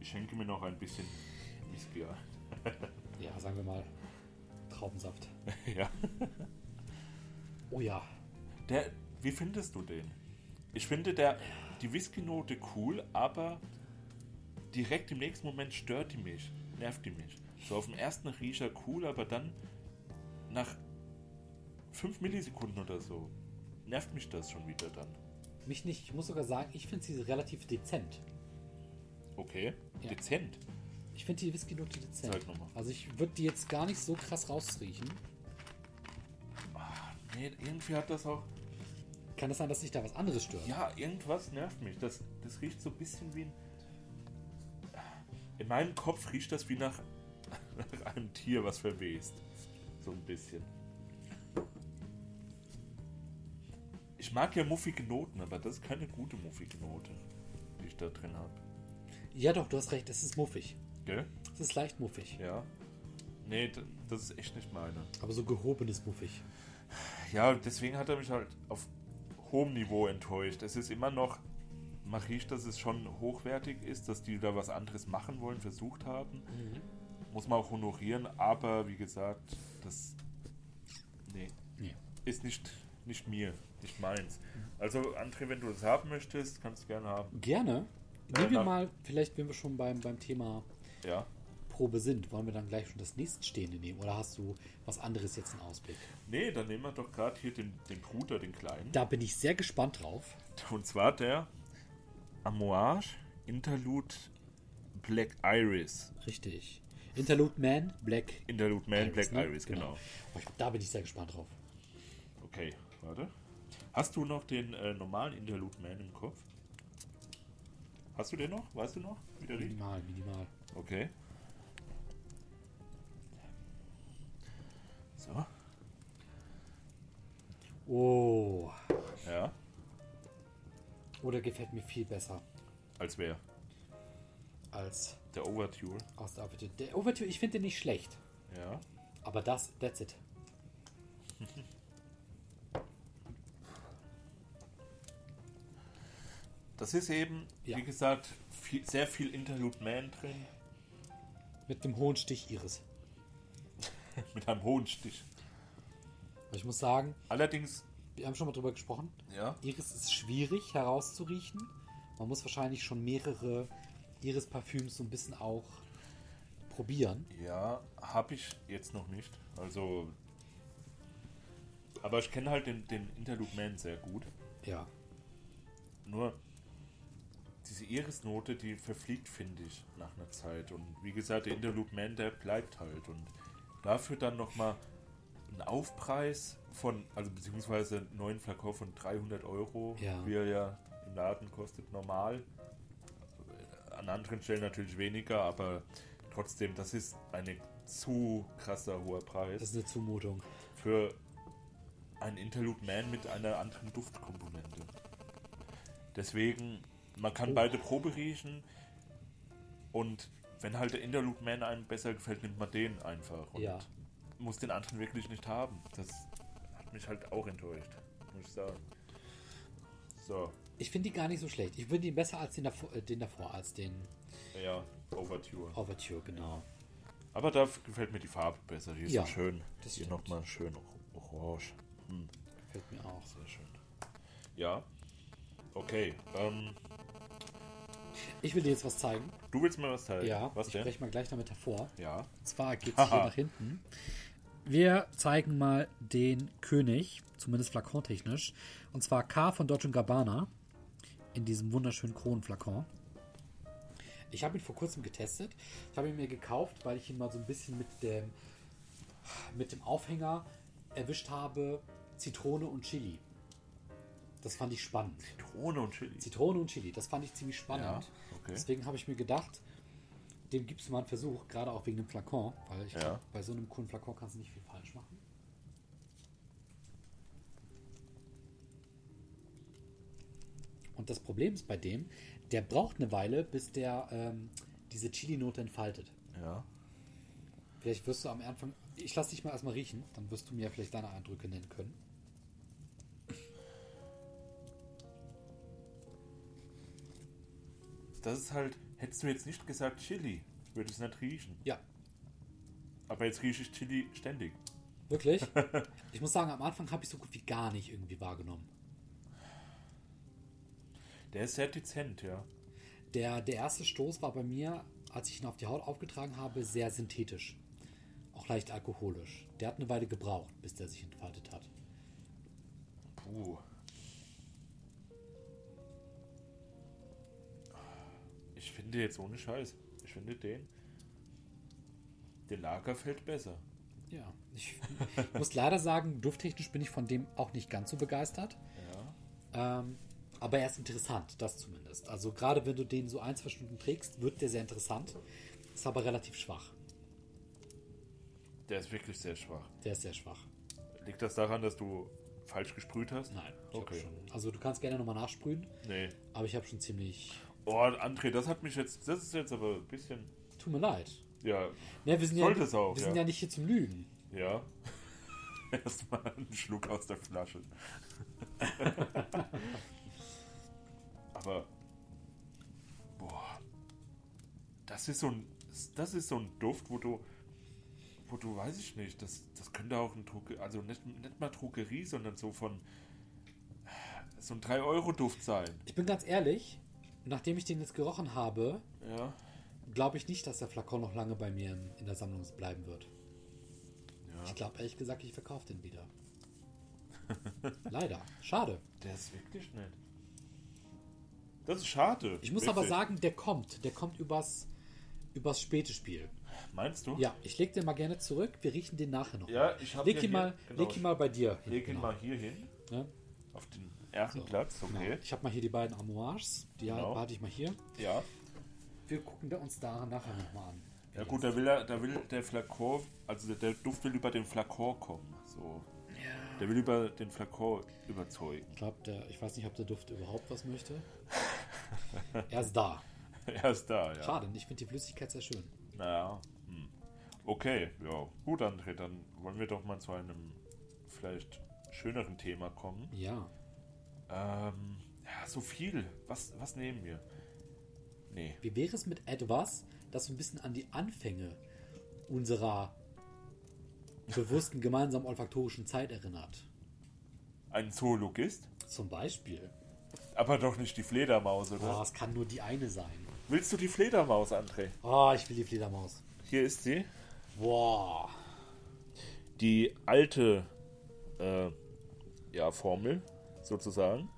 Speaker 1: Ich schenke mir noch ein bisschen Whisky ein.
Speaker 2: Ja, sagen wir mal. Traubensaft.
Speaker 1: Ja.
Speaker 2: Oh ja.
Speaker 1: Der, wie findest du den? Ich finde der, die Whisky-Note cool, aber direkt im nächsten Moment stört die mich, nervt die mich. So auf dem ersten Riecher cool, aber dann nach 5 Millisekunden oder so nervt mich das schon wieder dann.
Speaker 2: Mich nicht. Ich muss sogar sagen, ich finde sie relativ dezent.
Speaker 1: Okay,
Speaker 2: Ja.
Speaker 1: dezent.
Speaker 2: Ich finde die Whisky-Note dezent.
Speaker 1: Zeig nochmal.
Speaker 2: Also ich würde die jetzt gar nicht so krass rausriechen.
Speaker 1: Nee, irgendwie hat das auch...
Speaker 2: Kann es sein, dass sich da was anderes stört?
Speaker 1: Ja, irgendwas nervt mich. Das, das riecht so ein bisschen wie ein... In meinem Kopf riecht das wie nach, nach einem Tier, was verwest. So ein bisschen. Ich mag ja muffige Noten, aber das ist keine gute muffige Note, die ich da drin habe.
Speaker 2: Ja doch, du hast recht. Es ist muffig.
Speaker 1: Gell?
Speaker 2: Es ist leicht muffig.
Speaker 1: Ja. Nee, d- das ist echt nicht meine.
Speaker 2: Aber so gehobenes muffig.
Speaker 1: Ja, deswegen hat er mich halt auf hohem Niveau enttäuscht. Es ist immer noch, man riecht, dass es schon hochwertig ist, dass die da was anderes machen wollen, versucht haben. Muss man auch honorieren, aber wie gesagt, das. Nee,
Speaker 3: Nee.
Speaker 1: ist nicht, nicht mir, nicht meins. Also, André, wenn du das haben möchtest, kannst du gerne haben.
Speaker 2: Gerne.
Speaker 1: Äh,
Speaker 2: Nehmen wir
Speaker 1: nach-
Speaker 2: mal, vielleicht wenn wir schon beim, beim Thema
Speaker 1: Ja.
Speaker 2: Probe sind, wollen wir dann gleich schon das nächststehende nehmen oder hast du was anderes jetzt im Ausblick?
Speaker 1: Nee, dann nehmen wir doch gerade hier den, den Bruder, den kleinen.
Speaker 2: Da bin ich sehr gespannt drauf.
Speaker 1: Und zwar der Amouage Interlude Black Iris.
Speaker 2: Richtig. Interlude Man, Black.
Speaker 1: Interlude Man,
Speaker 2: Iris,
Speaker 1: Black
Speaker 2: ne?
Speaker 1: Iris, genau.
Speaker 2: Oh, ich- Da bin ich sehr gespannt drauf.
Speaker 1: Okay, warte. Hast du noch den äh, normalen Interlude Man im Kopf? Hast du den noch? Weißt du noch, wie der riecht?
Speaker 2: Minimal, minimal.
Speaker 1: Okay. So,
Speaker 2: Oh.
Speaker 1: ja.
Speaker 2: Oder gefällt mir viel besser.
Speaker 1: Als wer?
Speaker 2: als
Speaker 1: Der Overture.
Speaker 2: aus der Overture. Der Overture, ich finde den nicht schlecht,
Speaker 1: Ja.
Speaker 2: aber das, that's it.
Speaker 1: Das ist eben,
Speaker 2: Ja.
Speaker 1: wie gesagt, viel, sehr viel Interlude Man drin.
Speaker 2: Mit dem hohen Stich ihres.
Speaker 1: Mit einem hohen Stich.
Speaker 2: Aber ich muss sagen,
Speaker 1: Allerdings,
Speaker 2: wir haben schon mal drüber gesprochen.
Speaker 1: ja.
Speaker 2: Iris ist schwierig herauszuriechen. Man muss wahrscheinlich schon mehrere Iris-Parfüms so ein bisschen auch probieren.
Speaker 1: Ja, habe ich jetzt noch nicht. Also. Aber ich kenne halt den, den Interlude Man sehr gut.
Speaker 2: Ja.
Speaker 1: Nur diese Iris-Note, die verfliegt, finde ich, nach einer Zeit. Und wie gesagt, der Interlude Man, der bleibt halt. Und dafür dann nochmal ein Aufpreis von, also beziehungsweise einen neuen Verkauf von 300 Euro,
Speaker 2: Ja.
Speaker 1: wie er ja im Laden kostet, normal. An anderen Stellen natürlich weniger, aber trotzdem, das ist ein zu krasser hoher Preis
Speaker 2: Das ist eine Zumutung.
Speaker 1: für ein Interlude Man mit einer anderen Duftkomponente. Deswegen, man kann
Speaker 2: Oh.
Speaker 1: beide Probe riechen und wenn halt der Interlude Man einem besser gefällt, nimmt man den einfach und
Speaker 2: Ja.
Speaker 1: muss den anderen wirklich nicht haben. Das hat mich halt auch enttäuscht, muss ich sagen. So,
Speaker 2: Ich finde die gar nicht so schlecht. Ich finde ihn besser als den davor, äh, den davor als den
Speaker 1: ja, Overture.
Speaker 2: Overture, genau.
Speaker 1: Aber da f- gefällt mir die Farbe besser, die ist
Speaker 2: Ja,
Speaker 1: so schön.
Speaker 2: das
Speaker 1: Hier
Speaker 2: stimmt.
Speaker 1: nochmal schön or- orange. Hm.
Speaker 2: Gefällt mir auch.
Speaker 1: Sehr schön. Ja. Okay. Ähm,
Speaker 2: Ich will dir jetzt was zeigen.
Speaker 1: du willst mir was teilen?
Speaker 2: Ja,
Speaker 1: Äh, Was
Speaker 2: ich
Speaker 1: denn?
Speaker 2: spreche mal gleich damit hervor.
Speaker 1: Ja.
Speaker 2: Und zwar geht es
Speaker 1: Haha.
Speaker 2: hier nach hinten.
Speaker 3: Wir zeigen mal den König, zumindest flakontechnisch. Und zwar K von Dolce Gabbana in diesem wunderschönen Kronenflakon.
Speaker 2: Ich habe ihn vor kurzem getestet. Ich habe ihn mir gekauft, weil ich ihn mal so ein bisschen mit dem, mit dem Aufhänger erwischt habe. Zitrone und Chili. Das fand ich spannend.
Speaker 1: Zitrone und Chili.
Speaker 2: Zitrone und Chili, das fand ich ziemlich spannend.
Speaker 1: Ja, okay.
Speaker 2: Deswegen habe ich mir gedacht, dem gibst du mal einen Versuch, gerade auch wegen dem Flakon, weil ich
Speaker 1: Ja.
Speaker 2: glaub, bei so einem coolen Flakon kannst du nicht viel falsch machen. Und das Problem ist bei dem, der braucht eine Weile, bis der ähm, diese Chili-Note entfaltet.
Speaker 1: Ja.
Speaker 2: Vielleicht wirst du am Anfang. Ich lass dich mal erstmal riechen, dann wirst du mir vielleicht deine Eindrücke nennen können.
Speaker 1: Das ist halt, hättest du jetzt nicht gesagt Chili, würde ich es nicht riechen.
Speaker 2: Ja,
Speaker 1: Aber jetzt rieche ich Chili ständig.
Speaker 2: Wirklich? ich muss sagen, am Anfang habe ich so gut wie gar nicht irgendwie wahrgenommen.
Speaker 1: Der ist sehr dezent, ja.
Speaker 2: Der, der erste Stoß war bei mir, als ich ihn auf die Haut aufgetragen habe, sehr synthetisch. Auch leicht alkoholisch. Der hat eine Weile gebraucht, bis der sich entfaltet hat.
Speaker 1: Puh. Ich finde jetzt ohne Scheiß. Ich finde den. Der Lagerfeld besser.
Speaker 2: Ja. Ich muss leider sagen, dufttechnisch bin ich von dem auch nicht ganz so begeistert.
Speaker 1: Ja.
Speaker 2: Ähm, aber er ist interessant, das zumindest. Also gerade wenn du den so ein, zwei Stunden trägst, wird der sehr interessant. Ist aber relativ schwach.
Speaker 1: Der ist wirklich sehr schwach.
Speaker 2: Der ist sehr schwach.
Speaker 1: Liegt das daran, dass du falsch gesprüht hast?
Speaker 2: Nein. ich hab
Speaker 1: Okay.
Speaker 2: Schon, also du kannst gerne nochmal nachsprühen,
Speaker 1: Nee.
Speaker 2: aber ich habe schon ziemlich...
Speaker 1: Oh, André, das hat mich jetzt. Das ist jetzt aber ein bisschen.
Speaker 2: Tut mir leid.
Speaker 1: Ja.
Speaker 2: Ne, wir sind,
Speaker 1: Sollte
Speaker 2: ja,
Speaker 1: es auch,
Speaker 2: wir sind
Speaker 1: ja.
Speaker 2: ja. nicht hier zum Lügen.
Speaker 1: Ja. Erstmal einen Schluck aus der Flasche. aber. Boah. Das ist so ein. Das ist so ein Duft, wo du. Wo du, weiß ich nicht, das, das könnte auch ein Druck, also nicht, nicht mal Druckerie, sondern so von so ein 3-Euro-Duft sein.
Speaker 2: Ich bin ganz ehrlich, nachdem ich den jetzt gerochen habe,
Speaker 1: Ja.
Speaker 2: glaube ich nicht, dass der Flakon noch lange bei mir in- in der Sammlung bleiben wird.
Speaker 1: Ja.
Speaker 2: Ich glaube ehrlich gesagt, ich verkaufe den wieder. Leider. Schade.
Speaker 1: Der ist wirklich nett. Das ist schade.
Speaker 2: Ich muss
Speaker 1: wirklich.
Speaker 2: aber sagen, der kommt. Der kommt übers, übers späte Spiel.
Speaker 1: Meinst du?
Speaker 2: Ja, ich lege den mal gerne zurück. Wir riechen den nachher noch.
Speaker 1: Ja, ich habe
Speaker 2: Leg ihn, mal, leg ihn mal bei dir. hin,
Speaker 1: Leg ihn
Speaker 2: genau.
Speaker 1: mal hier hin.
Speaker 2: Ne?
Speaker 1: Auf den Erkenplatz. Okay.
Speaker 2: Ich habe mal hier die beiden Armoires. Die
Speaker 1: Genau.
Speaker 2: hatte ich mal hier.
Speaker 1: Ja.
Speaker 2: Wir gucken da uns da nachher nochmal an.
Speaker 1: Ja gut, da will, er, da will der Flakor, also der Duft will über den Flakor kommen. So. Der will über den Flakor überzeugen.
Speaker 2: Ich glaube, der, ich weiß nicht, ob der Duft überhaupt was möchte. Er ist da.
Speaker 1: er ist da, ja.
Speaker 2: Schade, ich finde die Flüssigkeit sehr schön.
Speaker 1: Naja. Hm. Okay, ja. Gut, André, dann wollen wir doch mal zu einem vielleicht schöneren Thema kommen.
Speaker 2: Ja.
Speaker 1: Ähm, ja, so viel. Was, was nehmen wir? Nee.
Speaker 2: Wie wäre es mit etwas, das so ein bisschen an die Anfänge unserer bewussten gemeinsamen olfaktorischen Zeit erinnert?
Speaker 1: Ein Zoologist?
Speaker 2: Zum Beispiel.
Speaker 1: Aber doch nicht die Fledermaus,
Speaker 2: Oh,
Speaker 1: oder?
Speaker 2: es kann nur die eine sein.
Speaker 1: Willst du die Fledermaus, André?
Speaker 2: Oh, ich will die Fledermaus.
Speaker 1: Hier ist sie.
Speaker 2: Boah.
Speaker 1: Die alte äh, ja, Formel, sozusagen.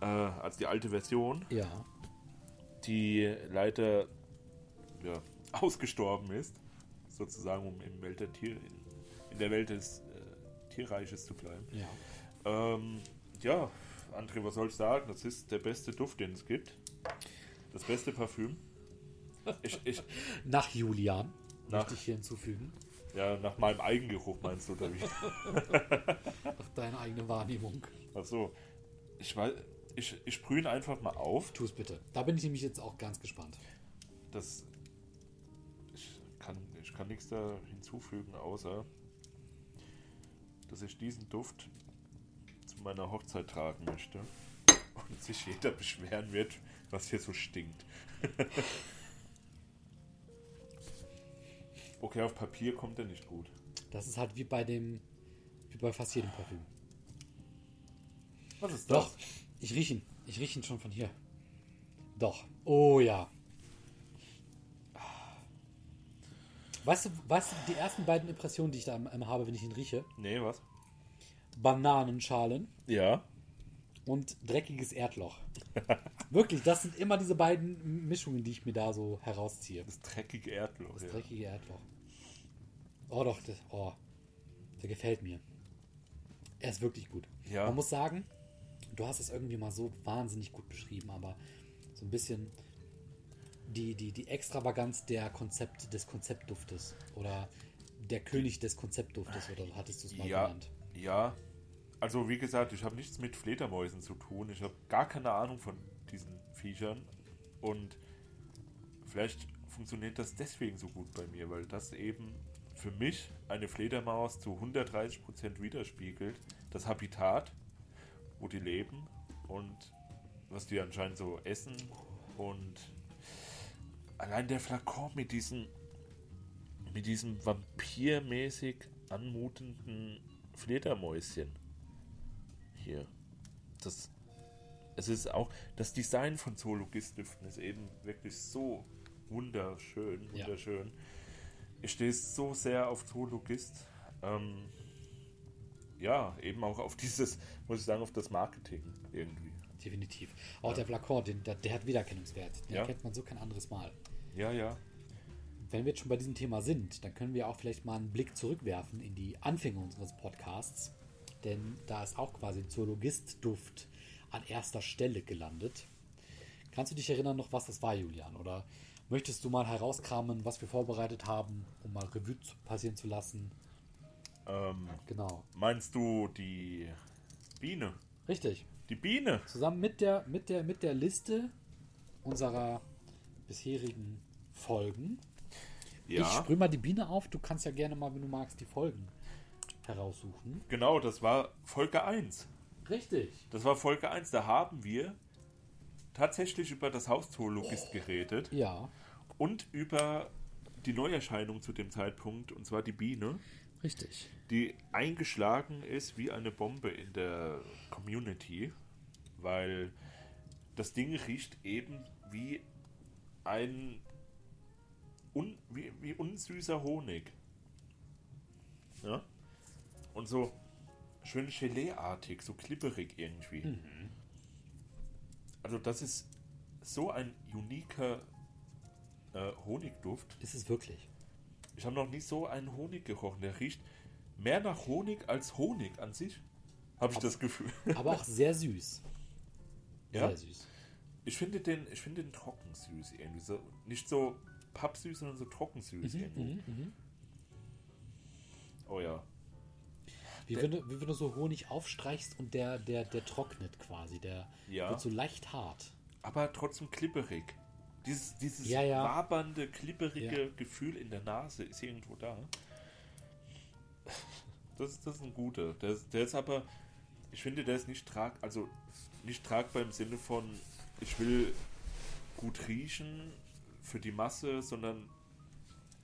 Speaker 1: Äh, also die alte Version.
Speaker 2: Ja.
Speaker 1: die leider ja, ausgestorben ist, sozusagen, um im Welt der Tier, in, in der Welt des äh, Tierreiches zu bleiben.
Speaker 2: Ja.
Speaker 1: Ähm, ja, André, was soll ich sagen? Das ist der beste Duft, den es gibt. Das beste Parfüm. Ich, ich,
Speaker 2: Nach Julian.
Speaker 1: Nach-
Speaker 2: Möchte ich hier hinzufügen.
Speaker 1: ja, nach meinem Eigengeruch meinst du, oder wie?
Speaker 2: Nach deiner eigenen Wahrnehmung.
Speaker 1: Ach so. Ich, weiß, ich, ich sprühe ihn einfach mal auf.
Speaker 2: Tu es bitte. Da bin ich nämlich jetzt auch ganz gespannt.
Speaker 1: Das. Ich kann, ich kann nichts da hinzufügen, außer, dass ich diesen Duft zu meiner Hochzeit tragen möchte. Und sich jeder beschweren wird, was hier so stinkt. okay, auf Papier kommt er nicht gut.
Speaker 2: Das ist halt wie bei dem, wie bei fast jedem Parfüm.
Speaker 1: Was ist
Speaker 2: Doch, ich rieche ihn. Ich rieche ihn schon von hier. Doch. Oh ja. Weißt du, weißt du, die ersten beiden Impressionen, die ich da ähm, habe, wenn ich ihn rieche?
Speaker 1: Nee, was?
Speaker 2: Bananenschalen
Speaker 1: Ja.
Speaker 2: und dreckiges Erdloch. Wirklich, das sind immer diese beiden Mischungen, die ich mir da so herausziehe.
Speaker 1: Das dreckige Erdloch.
Speaker 2: Das
Speaker 1: ja.
Speaker 2: dreckige Erdloch. Oh doch, das, oh, der gefällt mir. Er ist wirklich gut.
Speaker 1: Ja.
Speaker 2: Man muss sagen, du hast es irgendwie mal so wahnsinnig gut beschrieben, aber so ein bisschen die, die, die Extravaganz der Konzept, des Konzeptduftes oder der König des Konzeptduftes oder so hattest du es mal
Speaker 1: Ja,
Speaker 2: genannt.
Speaker 1: ja. Also wie gesagt, ich habe nichts mit Fledermäusen zu tun. Ich habe gar keine Ahnung von diesen Viechern. Und vielleicht funktioniert das deswegen so gut bei mir, weil das eben für mich eine Fledermaus zu 130% widerspiegelt. Das Habitat, wo die leben und was die anscheinend so essen. Und allein der Flakon mit diesem mit diesem vampirmäßig anmutenden Fledermäuschen. Hier. Das. Es ist auch. Das Design von Zoologist-Düften ist eben wirklich so wunderschön.
Speaker 2: Ja.
Speaker 1: Wunderschön. Ich stehe so sehr auf Zoologist. Ähm, ja, eben auch auf dieses, muss ich sagen, auf das Marketing irgendwie.
Speaker 2: Definitiv. Auch der Flakon, den, der, der hat Wiedererkennungswert. Den
Speaker 1: Ja.
Speaker 2: erkennt man so kein anderes Mal.
Speaker 1: Ja, ja.
Speaker 2: Wenn wir jetzt schon bei diesem Thema sind, dann können wir auch vielleicht mal einen Blick zurückwerfen in die Anfänge unseres Podcasts. Denn da ist auch quasi Zoologist-Duft an erster Stelle gelandet. Kannst du dich erinnern noch, was das war, Julian? Oder möchtest du mal herauskramen, was wir vorbereitet haben, um mal Revue zu- passieren zu lassen?
Speaker 1: Ähm,
Speaker 2: Genau.
Speaker 1: meinst du die Biene?
Speaker 2: Richtig.
Speaker 1: Die Biene!
Speaker 2: Zusammen mit der, mit der, mit der Liste unserer bisherigen Folgen. Ich sprühe mal die Biene auf. Du kannst ja gerne mal, wenn du magst, die Folgen heraussuchen.
Speaker 1: Genau, das war Folge 1.
Speaker 2: Richtig.
Speaker 1: Das war Folge 1. Da haben wir tatsächlich über das Haus Zoologist geredet
Speaker 2: Ja,
Speaker 1: und über die Neuerscheinung zu dem Zeitpunkt, und zwar die Biene,
Speaker 2: richtig.
Speaker 1: die eingeschlagen ist wie eine Bombe in der Community, weil das Ding riecht eben wie ein un, wie, wie unsüßer Honig. Ja? Und so schön Gelee-artig, so klipperig irgendwie. Also das ist so ein uniker äh, Honigduft.
Speaker 2: Ist es wirklich?
Speaker 1: Ich habe noch nie so einen Honig gerochen. Der riecht mehr nach Honig als Honig an sich. Habe ich das Gefühl.
Speaker 2: Aber auch sehr süß.
Speaker 1: Ja.
Speaker 2: Sehr süß.
Speaker 1: Ich finde den, ich finde den trocken süß irgendwie. So, nicht so pappsüß, sondern so trocken süß irgendwie. Oh ja.
Speaker 2: Wie wenn, du, wie wenn du so Honig aufstreichst und der, der, der trocknet quasi. Der
Speaker 1: Ja.
Speaker 2: wird so leicht hart.
Speaker 1: aber trotzdem klipperig. Dieses, dieses
Speaker 2: Ja, ja.
Speaker 1: wabernde, klipperige Gefühl in der Nase ist irgendwo da. Das, das ist ein guter. Der, ist- der ist aber, ich finde, der ist nicht trag, also nicht tragbar im Sinne von, ich will gut riechen für die Masse, sondern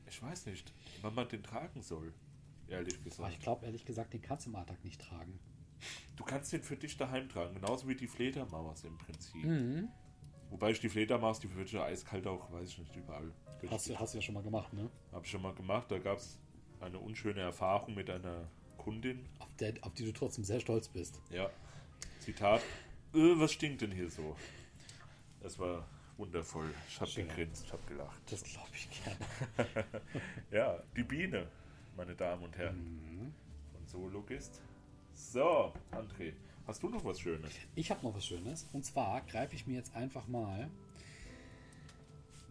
Speaker 1: ich weiß nicht, wann man den tragen soll. Ehrlich
Speaker 2: Aber
Speaker 1: gesagt.
Speaker 2: ich glaube, ehrlich gesagt, den kannst du im Alltag nicht tragen.
Speaker 1: Du kannst den für dich daheim tragen, genauso wie die Fledermaus im Prinzip.
Speaker 2: Mhm.
Speaker 1: Wobei ich die Fledermaus, die würde ich ja eiskalt auch, weiß ich nicht, überall.
Speaker 2: Hast, du- hast du ja schon mal gemacht, ne?
Speaker 1: Habe ich schon mal gemacht, da gab es eine unschöne Erfahrung mit einer Kundin.
Speaker 2: Auf, der, auf die du trotzdem sehr stolz bist.
Speaker 1: Ja, Zitat, äh, was stinkt denn hier so? Das war wundervoll. Ich habe
Speaker 2: Schön.
Speaker 1: gegrinst, ich habe gelacht.
Speaker 2: Das glaube ich gerne.
Speaker 1: Ja, die Biene, meine Damen und Herren. Von Zoologist. So, André, hast du noch was Schönes?
Speaker 2: Ich habe noch was Schönes. Und zwar greife ich mir jetzt einfach mal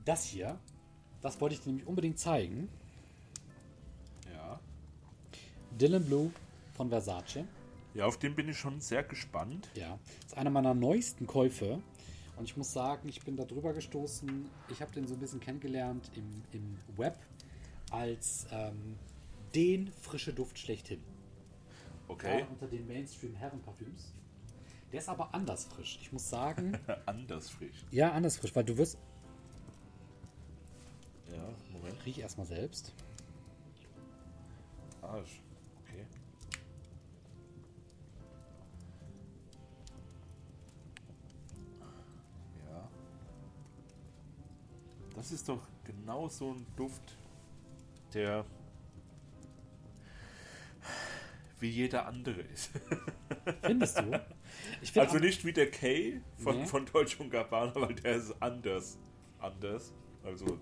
Speaker 2: das hier. Das wollte ich dir nämlich unbedingt zeigen.
Speaker 1: Ja.
Speaker 2: Dylan Blue von Versace.
Speaker 1: Ja, auf den bin ich schon sehr gespannt.
Speaker 2: Ja, ist einer meiner neuesten Käufe. Und ich muss sagen, ich bin da drüber gestoßen. Ich habe den so ein bisschen kennengelernt im, im Web als ähm, den frische Duft schlechthin.
Speaker 1: Okay.
Speaker 2: Gerade unter den Mainstream-Herrenparfüms. Der ist aber anders frisch. Ich muss sagen,
Speaker 1: Anders frisch.
Speaker 2: ja, anders frisch, weil du wirst.
Speaker 1: Ja, Moment.
Speaker 2: Riech erstmal selbst.
Speaker 1: Arsch. Okay. Ja. Das ist doch genau so ein Duft, der wie jeder andere ist.
Speaker 2: Findest du? Ich find
Speaker 1: Also
Speaker 2: am-
Speaker 1: nicht wie der Kay von,
Speaker 2: Nee.
Speaker 1: von Deutsch und Gabbana, weil der ist anders. Anders. Also.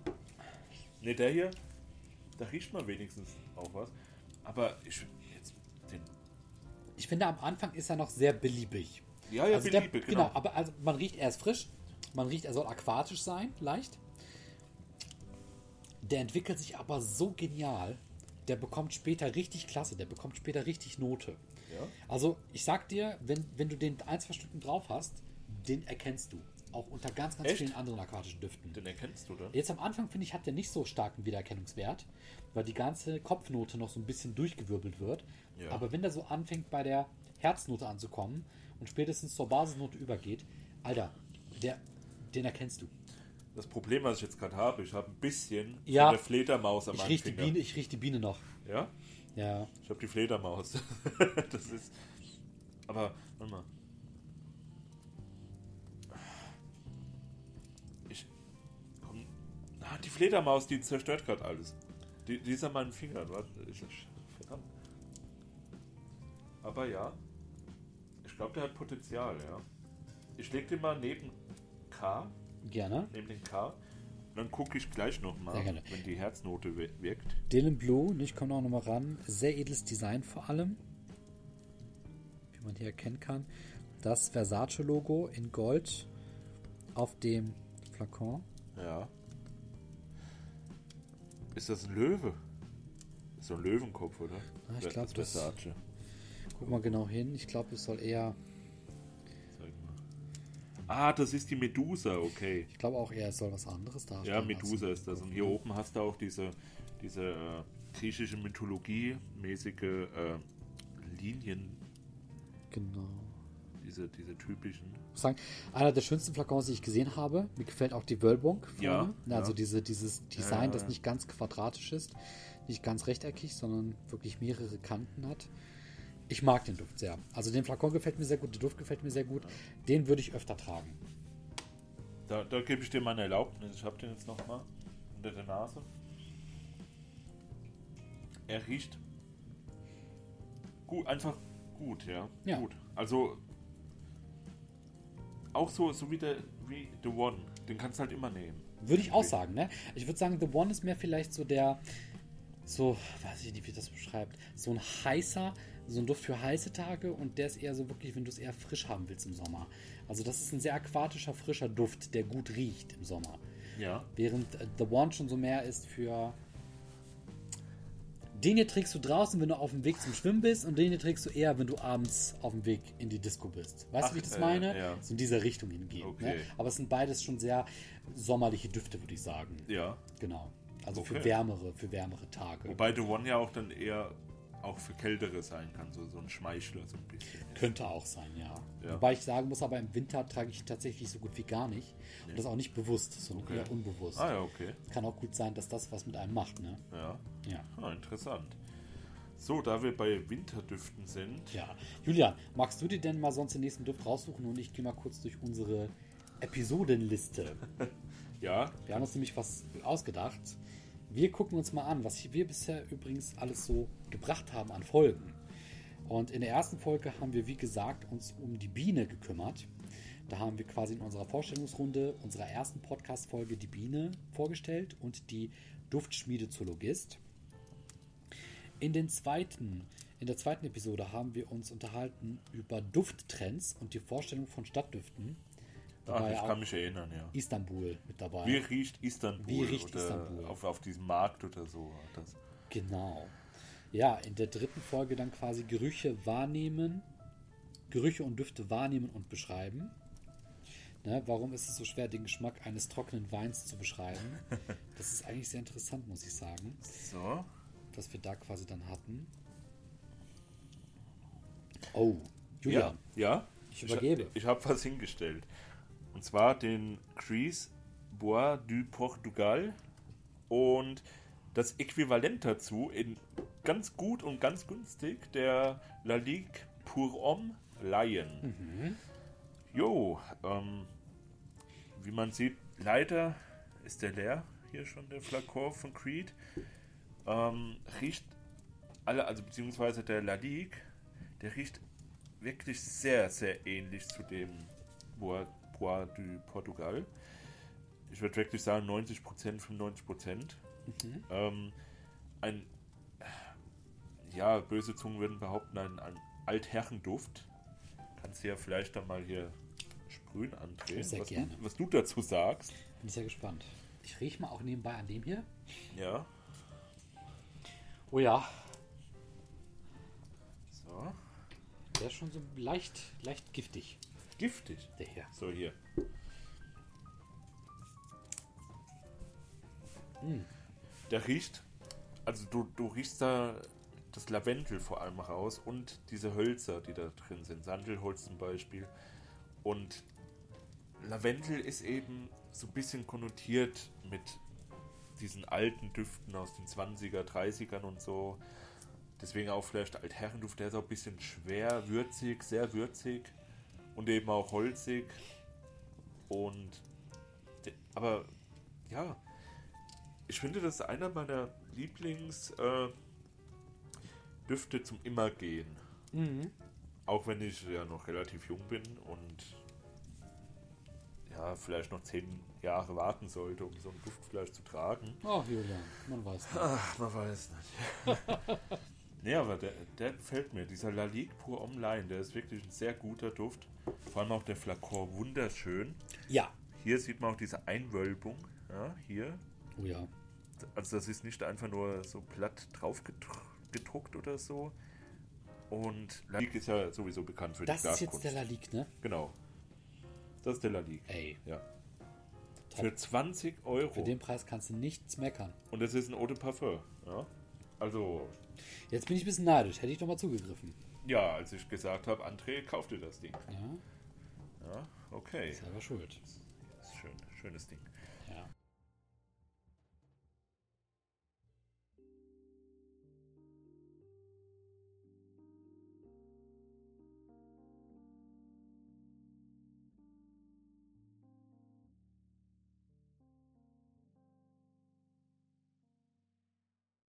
Speaker 1: Ne, der hier, da riecht man wenigstens auch was. Aber ich jetzt den
Speaker 2: Ich finde, am Anfang ist er noch sehr beliebig.
Speaker 1: Ja, ja,
Speaker 2: also
Speaker 1: Beliebe,
Speaker 2: der,
Speaker 1: genau.
Speaker 2: genau. aber also man riecht, er ist frisch. Man riecht, er soll aquatisch sein, leicht. Der entwickelt sich aber so genial. Der bekommt später richtig klasse. Der bekommt später richtig Note.
Speaker 1: Ja.
Speaker 2: Also, ich sag dir, wenn, wenn du den ein, zwei Stücken drauf hast, den erkennst du. Auch unter ganz, ganz
Speaker 1: Echt?
Speaker 2: vielen anderen aquatischen Düften.
Speaker 1: Den erkennst du, oder?
Speaker 2: Jetzt am Anfang, finde ich, hat der nicht so starken Wiedererkennungswert, weil die ganze Kopfnote noch so ein bisschen durchgewirbelt wird.
Speaker 1: Ja.
Speaker 2: Aber wenn der so anfängt, bei der Herznote anzukommen und spätestens zur Basisnote übergeht, Alter, der, den erkennst du.
Speaker 1: Das Problem, was ich jetzt gerade habe, ich habe ein bisschen
Speaker 2: Ja.
Speaker 1: von der Fledermaus am
Speaker 2: Ich rieche die
Speaker 1: Finger.
Speaker 2: Biene, ich riech die Biene noch.
Speaker 1: Ja,
Speaker 2: Ja.
Speaker 1: ich habe die Fledermaus. das ist. Aber, warte mal. Ich. Komm. Ah, die Fledermaus, die zerstört gerade alles. Die, die ist an meinen Fingern. Warte, ich, ich, verdammt. Aber ja. Ich glaube, der hat Potenzial, ja. Ich leg den mal neben K.
Speaker 2: Gerne.
Speaker 1: Neben den K. Dann gucke ich gleich nochmal,
Speaker 2: Sehr gerne.
Speaker 1: wenn die Herznote wir- wirkt.
Speaker 2: Dylan Blue, ich komme auch nochmal ran. Sehr edles Design vor allem. Wie man hier erkennen kann. Das Versace-Logo in Gold auf dem Flakon.
Speaker 1: Ja. Ist das ein Löwe? Ist so ein Löwenkopf, oder?
Speaker 2: Ah, ich
Speaker 1: Wer-
Speaker 2: glaub, das-
Speaker 1: Versace.
Speaker 2: Guck mal genau hin. Ich glaube, es soll eher,
Speaker 1: Zeig mal. Ah, das ist die Medusa, okay.
Speaker 2: ich glaube auch eher, es soll was anderes darstellen.
Speaker 1: Ja,
Speaker 2: als-
Speaker 1: Medusa ist das. Und hier oben hast du auch diese, diese äh, griechische Mythologie-mäßige äh, Linien,
Speaker 2: Genau.
Speaker 1: diese, diese typischen.
Speaker 2: Ich muss sagen, einer der schönsten Flakons, die ich gesehen habe. Mir gefällt auch die Wölbung.
Speaker 1: Ja,
Speaker 2: vorne. Also
Speaker 1: ja.
Speaker 2: Diese, dieses
Speaker 1: Ja,
Speaker 2: Design,
Speaker 1: ja,
Speaker 2: das
Speaker 1: ja.
Speaker 2: nicht ganz quadratisch ist, nicht ganz rechteckig, sondern wirklich mehrere Kanten hat. Ich mag den Duft sehr. Also den Flakon gefällt mir sehr gut, der Duft gefällt mir sehr gut. Den würde ich öfter tragen.
Speaker 1: Da, da gebe ich dir meine Erlaubnis. Ich habe den jetzt nochmal unter der Nase. Er riecht gut, einfach gut, ja.
Speaker 2: Ja.
Speaker 1: Gut. Also auch so, so wie der wie The One. Den kannst du halt immer nehmen.
Speaker 2: Würde ich auch sagen, ne? Ich würde sagen, The One ist mehr vielleicht so der, so, weiß ich nicht, wie das beschreibt, so ein heißer, so ein Duft für heiße Tage und der ist eher so wirklich, wenn du es eher frisch haben willst im Sommer. Also das ist ein sehr aquatischer, frischer Duft, der gut riecht im Sommer.
Speaker 1: Ja.
Speaker 2: Während äh, The One schon so mehr ist für Den hier trägst du draußen, wenn du auf dem Weg zum Schwimmen bist und den hier trägst du eher, wenn du abends auf dem Weg in die Disco bist. Weißt
Speaker 1: Ach,
Speaker 2: du, wie ich das
Speaker 1: äh,
Speaker 2: meine?
Speaker 1: ja.
Speaker 2: So in dieser Richtung hingehen.
Speaker 1: Okay.
Speaker 2: Ne? Aber es sind beides schon sehr sommerliche Düfte, würde ich sagen.
Speaker 1: Ja.
Speaker 2: Genau. Also für
Speaker 1: Okay.
Speaker 2: wärmere, für wärmere Tage.
Speaker 1: Wobei The One ja auch dann eher auch für Kältere sein kann, so, so ein Schmeichler so ein bisschen.
Speaker 2: Könnte auch sein, ja.
Speaker 1: Ja.
Speaker 2: Wobei ich sagen muss, aber im Winter trage ich ihn tatsächlich so gut wie gar nicht. Und das auch nicht bewusst, sondern
Speaker 1: Okay.
Speaker 2: eher unbewusst.
Speaker 1: Ah ja, okay.
Speaker 2: Kann auch gut sein, dass das was mit einem macht, ne?
Speaker 1: Ja.
Speaker 2: Ja.
Speaker 1: Ah, interessant. So, da wir bei Winterdüften sind,
Speaker 2: Ja. Julian, magst du dir denn mal sonst den nächsten Duft raussuchen und ich gehe mal kurz durch unsere Episodenliste.
Speaker 1: ja,
Speaker 2: Wir haben uns nämlich was ausgedacht. Wir gucken uns mal an, was wir bisher übrigens alles so gebracht haben an Folgen. Und in der ersten Folge haben wir, wie gesagt, uns um die Biene gekümmert. Da haben wir quasi in unserer Vorstellungsrunde unserer ersten Podcast-Folge die Biene vorgestellt und die Duftschmiede Zoologist. In, den zweiten, in der zweiten Episode haben wir uns unterhalten über Dufttrends und die Vorstellung von Stadtdüften. Da
Speaker 1: ach,
Speaker 2: war
Speaker 1: ich
Speaker 2: ja
Speaker 1: kann
Speaker 2: auch
Speaker 1: mich erinnern, ja.
Speaker 2: Istanbul mit dabei.
Speaker 1: Wie riecht Istanbul?
Speaker 2: Wie riecht
Speaker 1: oder
Speaker 2: Istanbul?
Speaker 1: Auf, auf diesem Markt oder so. war Das.
Speaker 2: Genau. Ja, in der dritten Folge dann quasi Gerüche wahrnehmen, Gerüche und Düfte wahrnehmen und beschreiben. Ne, warum ist es so schwer, den Geschmack eines trockenen Weins zu beschreiben? Das ist eigentlich sehr interessant, muss ich sagen,
Speaker 1: So.
Speaker 2: was wir da quasi dann hatten. Oh, Julian.
Speaker 1: Ja.
Speaker 2: Ich übergebe.
Speaker 1: Ich, habe was hingestellt. Und zwar den Crease Bois du Portugal und das Äquivalent dazu in ganz gut und ganz günstig der La Ligue pour Homme Lion.
Speaker 2: Mhm.
Speaker 1: Jo, ähm, wie man sieht, leider ist der leer hier schon der Flakon von Creed. Ähm, riecht alle, also beziehungsweise der La Ligue, der riecht wirklich sehr, sehr ähnlich zu dem Bois, Bois du Portugal. Ich würde wirklich sagen 90%, 95%.
Speaker 2: Mhm.
Speaker 1: Ähm, ein, ja, böse Zungen würden behaupten, ein, ein Altherrenduft. Kannst du ja vielleicht dann mal hier sprühen andrehen,
Speaker 2: Sehr
Speaker 1: was,
Speaker 2: gerne.
Speaker 1: Du, was du dazu sagst.
Speaker 2: Bin ich sehr gespannt. Ich rieche mal auch nebenbei an dem hier.
Speaker 1: Ja,
Speaker 2: Oh ja,
Speaker 1: so.
Speaker 2: der ist schon so leicht, leicht giftig,
Speaker 1: Giftig.
Speaker 2: der hier.
Speaker 1: So, hier. Der riecht, also du, du riechst da das Lavendel vor allem raus und diese Hölzer, die da drin sind. Sandelholz zum Beispiel. Und Lavendel ist eben so ein bisschen konnotiert mit diesen alten Düften aus den 20er, 30ern und so. Deswegen auch vielleicht Altherrenduft, der ist auch ein bisschen schwer, würzig, sehr würzig und eben auch holzig. Und de- aber ja, ich finde, das ist einer meiner Lieblingsdüfte äh, Düfte zum Immergehen.
Speaker 2: Mhm.
Speaker 1: Auch wenn ich ja noch relativ jung bin und ja, vielleicht noch zehn Jahre warten sollte, um so einen Duft vielleicht zu tragen.
Speaker 2: Oh, Julian, man weiß nicht.
Speaker 1: Ach, man weiß nicht. nee, aber der, der gefällt mir. Dieser La Ligue Pur Online, der ist wirklich ein sehr guter Duft. Vor allem auch der Flakon wunderschön.
Speaker 2: Ja.
Speaker 1: Hier sieht man auch diese Einwölbung. Ja, hier.
Speaker 2: Oh ja.
Speaker 1: Also das ist nicht einfach nur so platt drauf gedr- gedruckt oder so. Und La Ligue ist ja sowieso bekannt für
Speaker 2: Das
Speaker 1: die
Speaker 2: ist
Speaker 1: Glaskunst.
Speaker 2: jetzt der La Ligue, ne?
Speaker 1: Genau. Das ist der La Ligue.
Speaker 2: Ey, oh.
Speaker 1: Ja.
Speaker 2: Top.
Speaker 1: Für 20 Euro.
Speaker 2: für den Preis kannst du nichts meckern.
Speaker 1: Und das ist ein Eau de Parfum. Ja. Also,
Speaker 2: Jetzt bin ich ein bisschen neidisch, hätte ich doch mal zugegriffen.
Speaker 1: Ja, als ich gesagt habe, André, kauf dir das Ding.
Speaker 2: Ja,
Speaker 1: Ja, okay.
Speaker 2: selber schuld.
Speaker 1: Das ist schön, schönes Ding.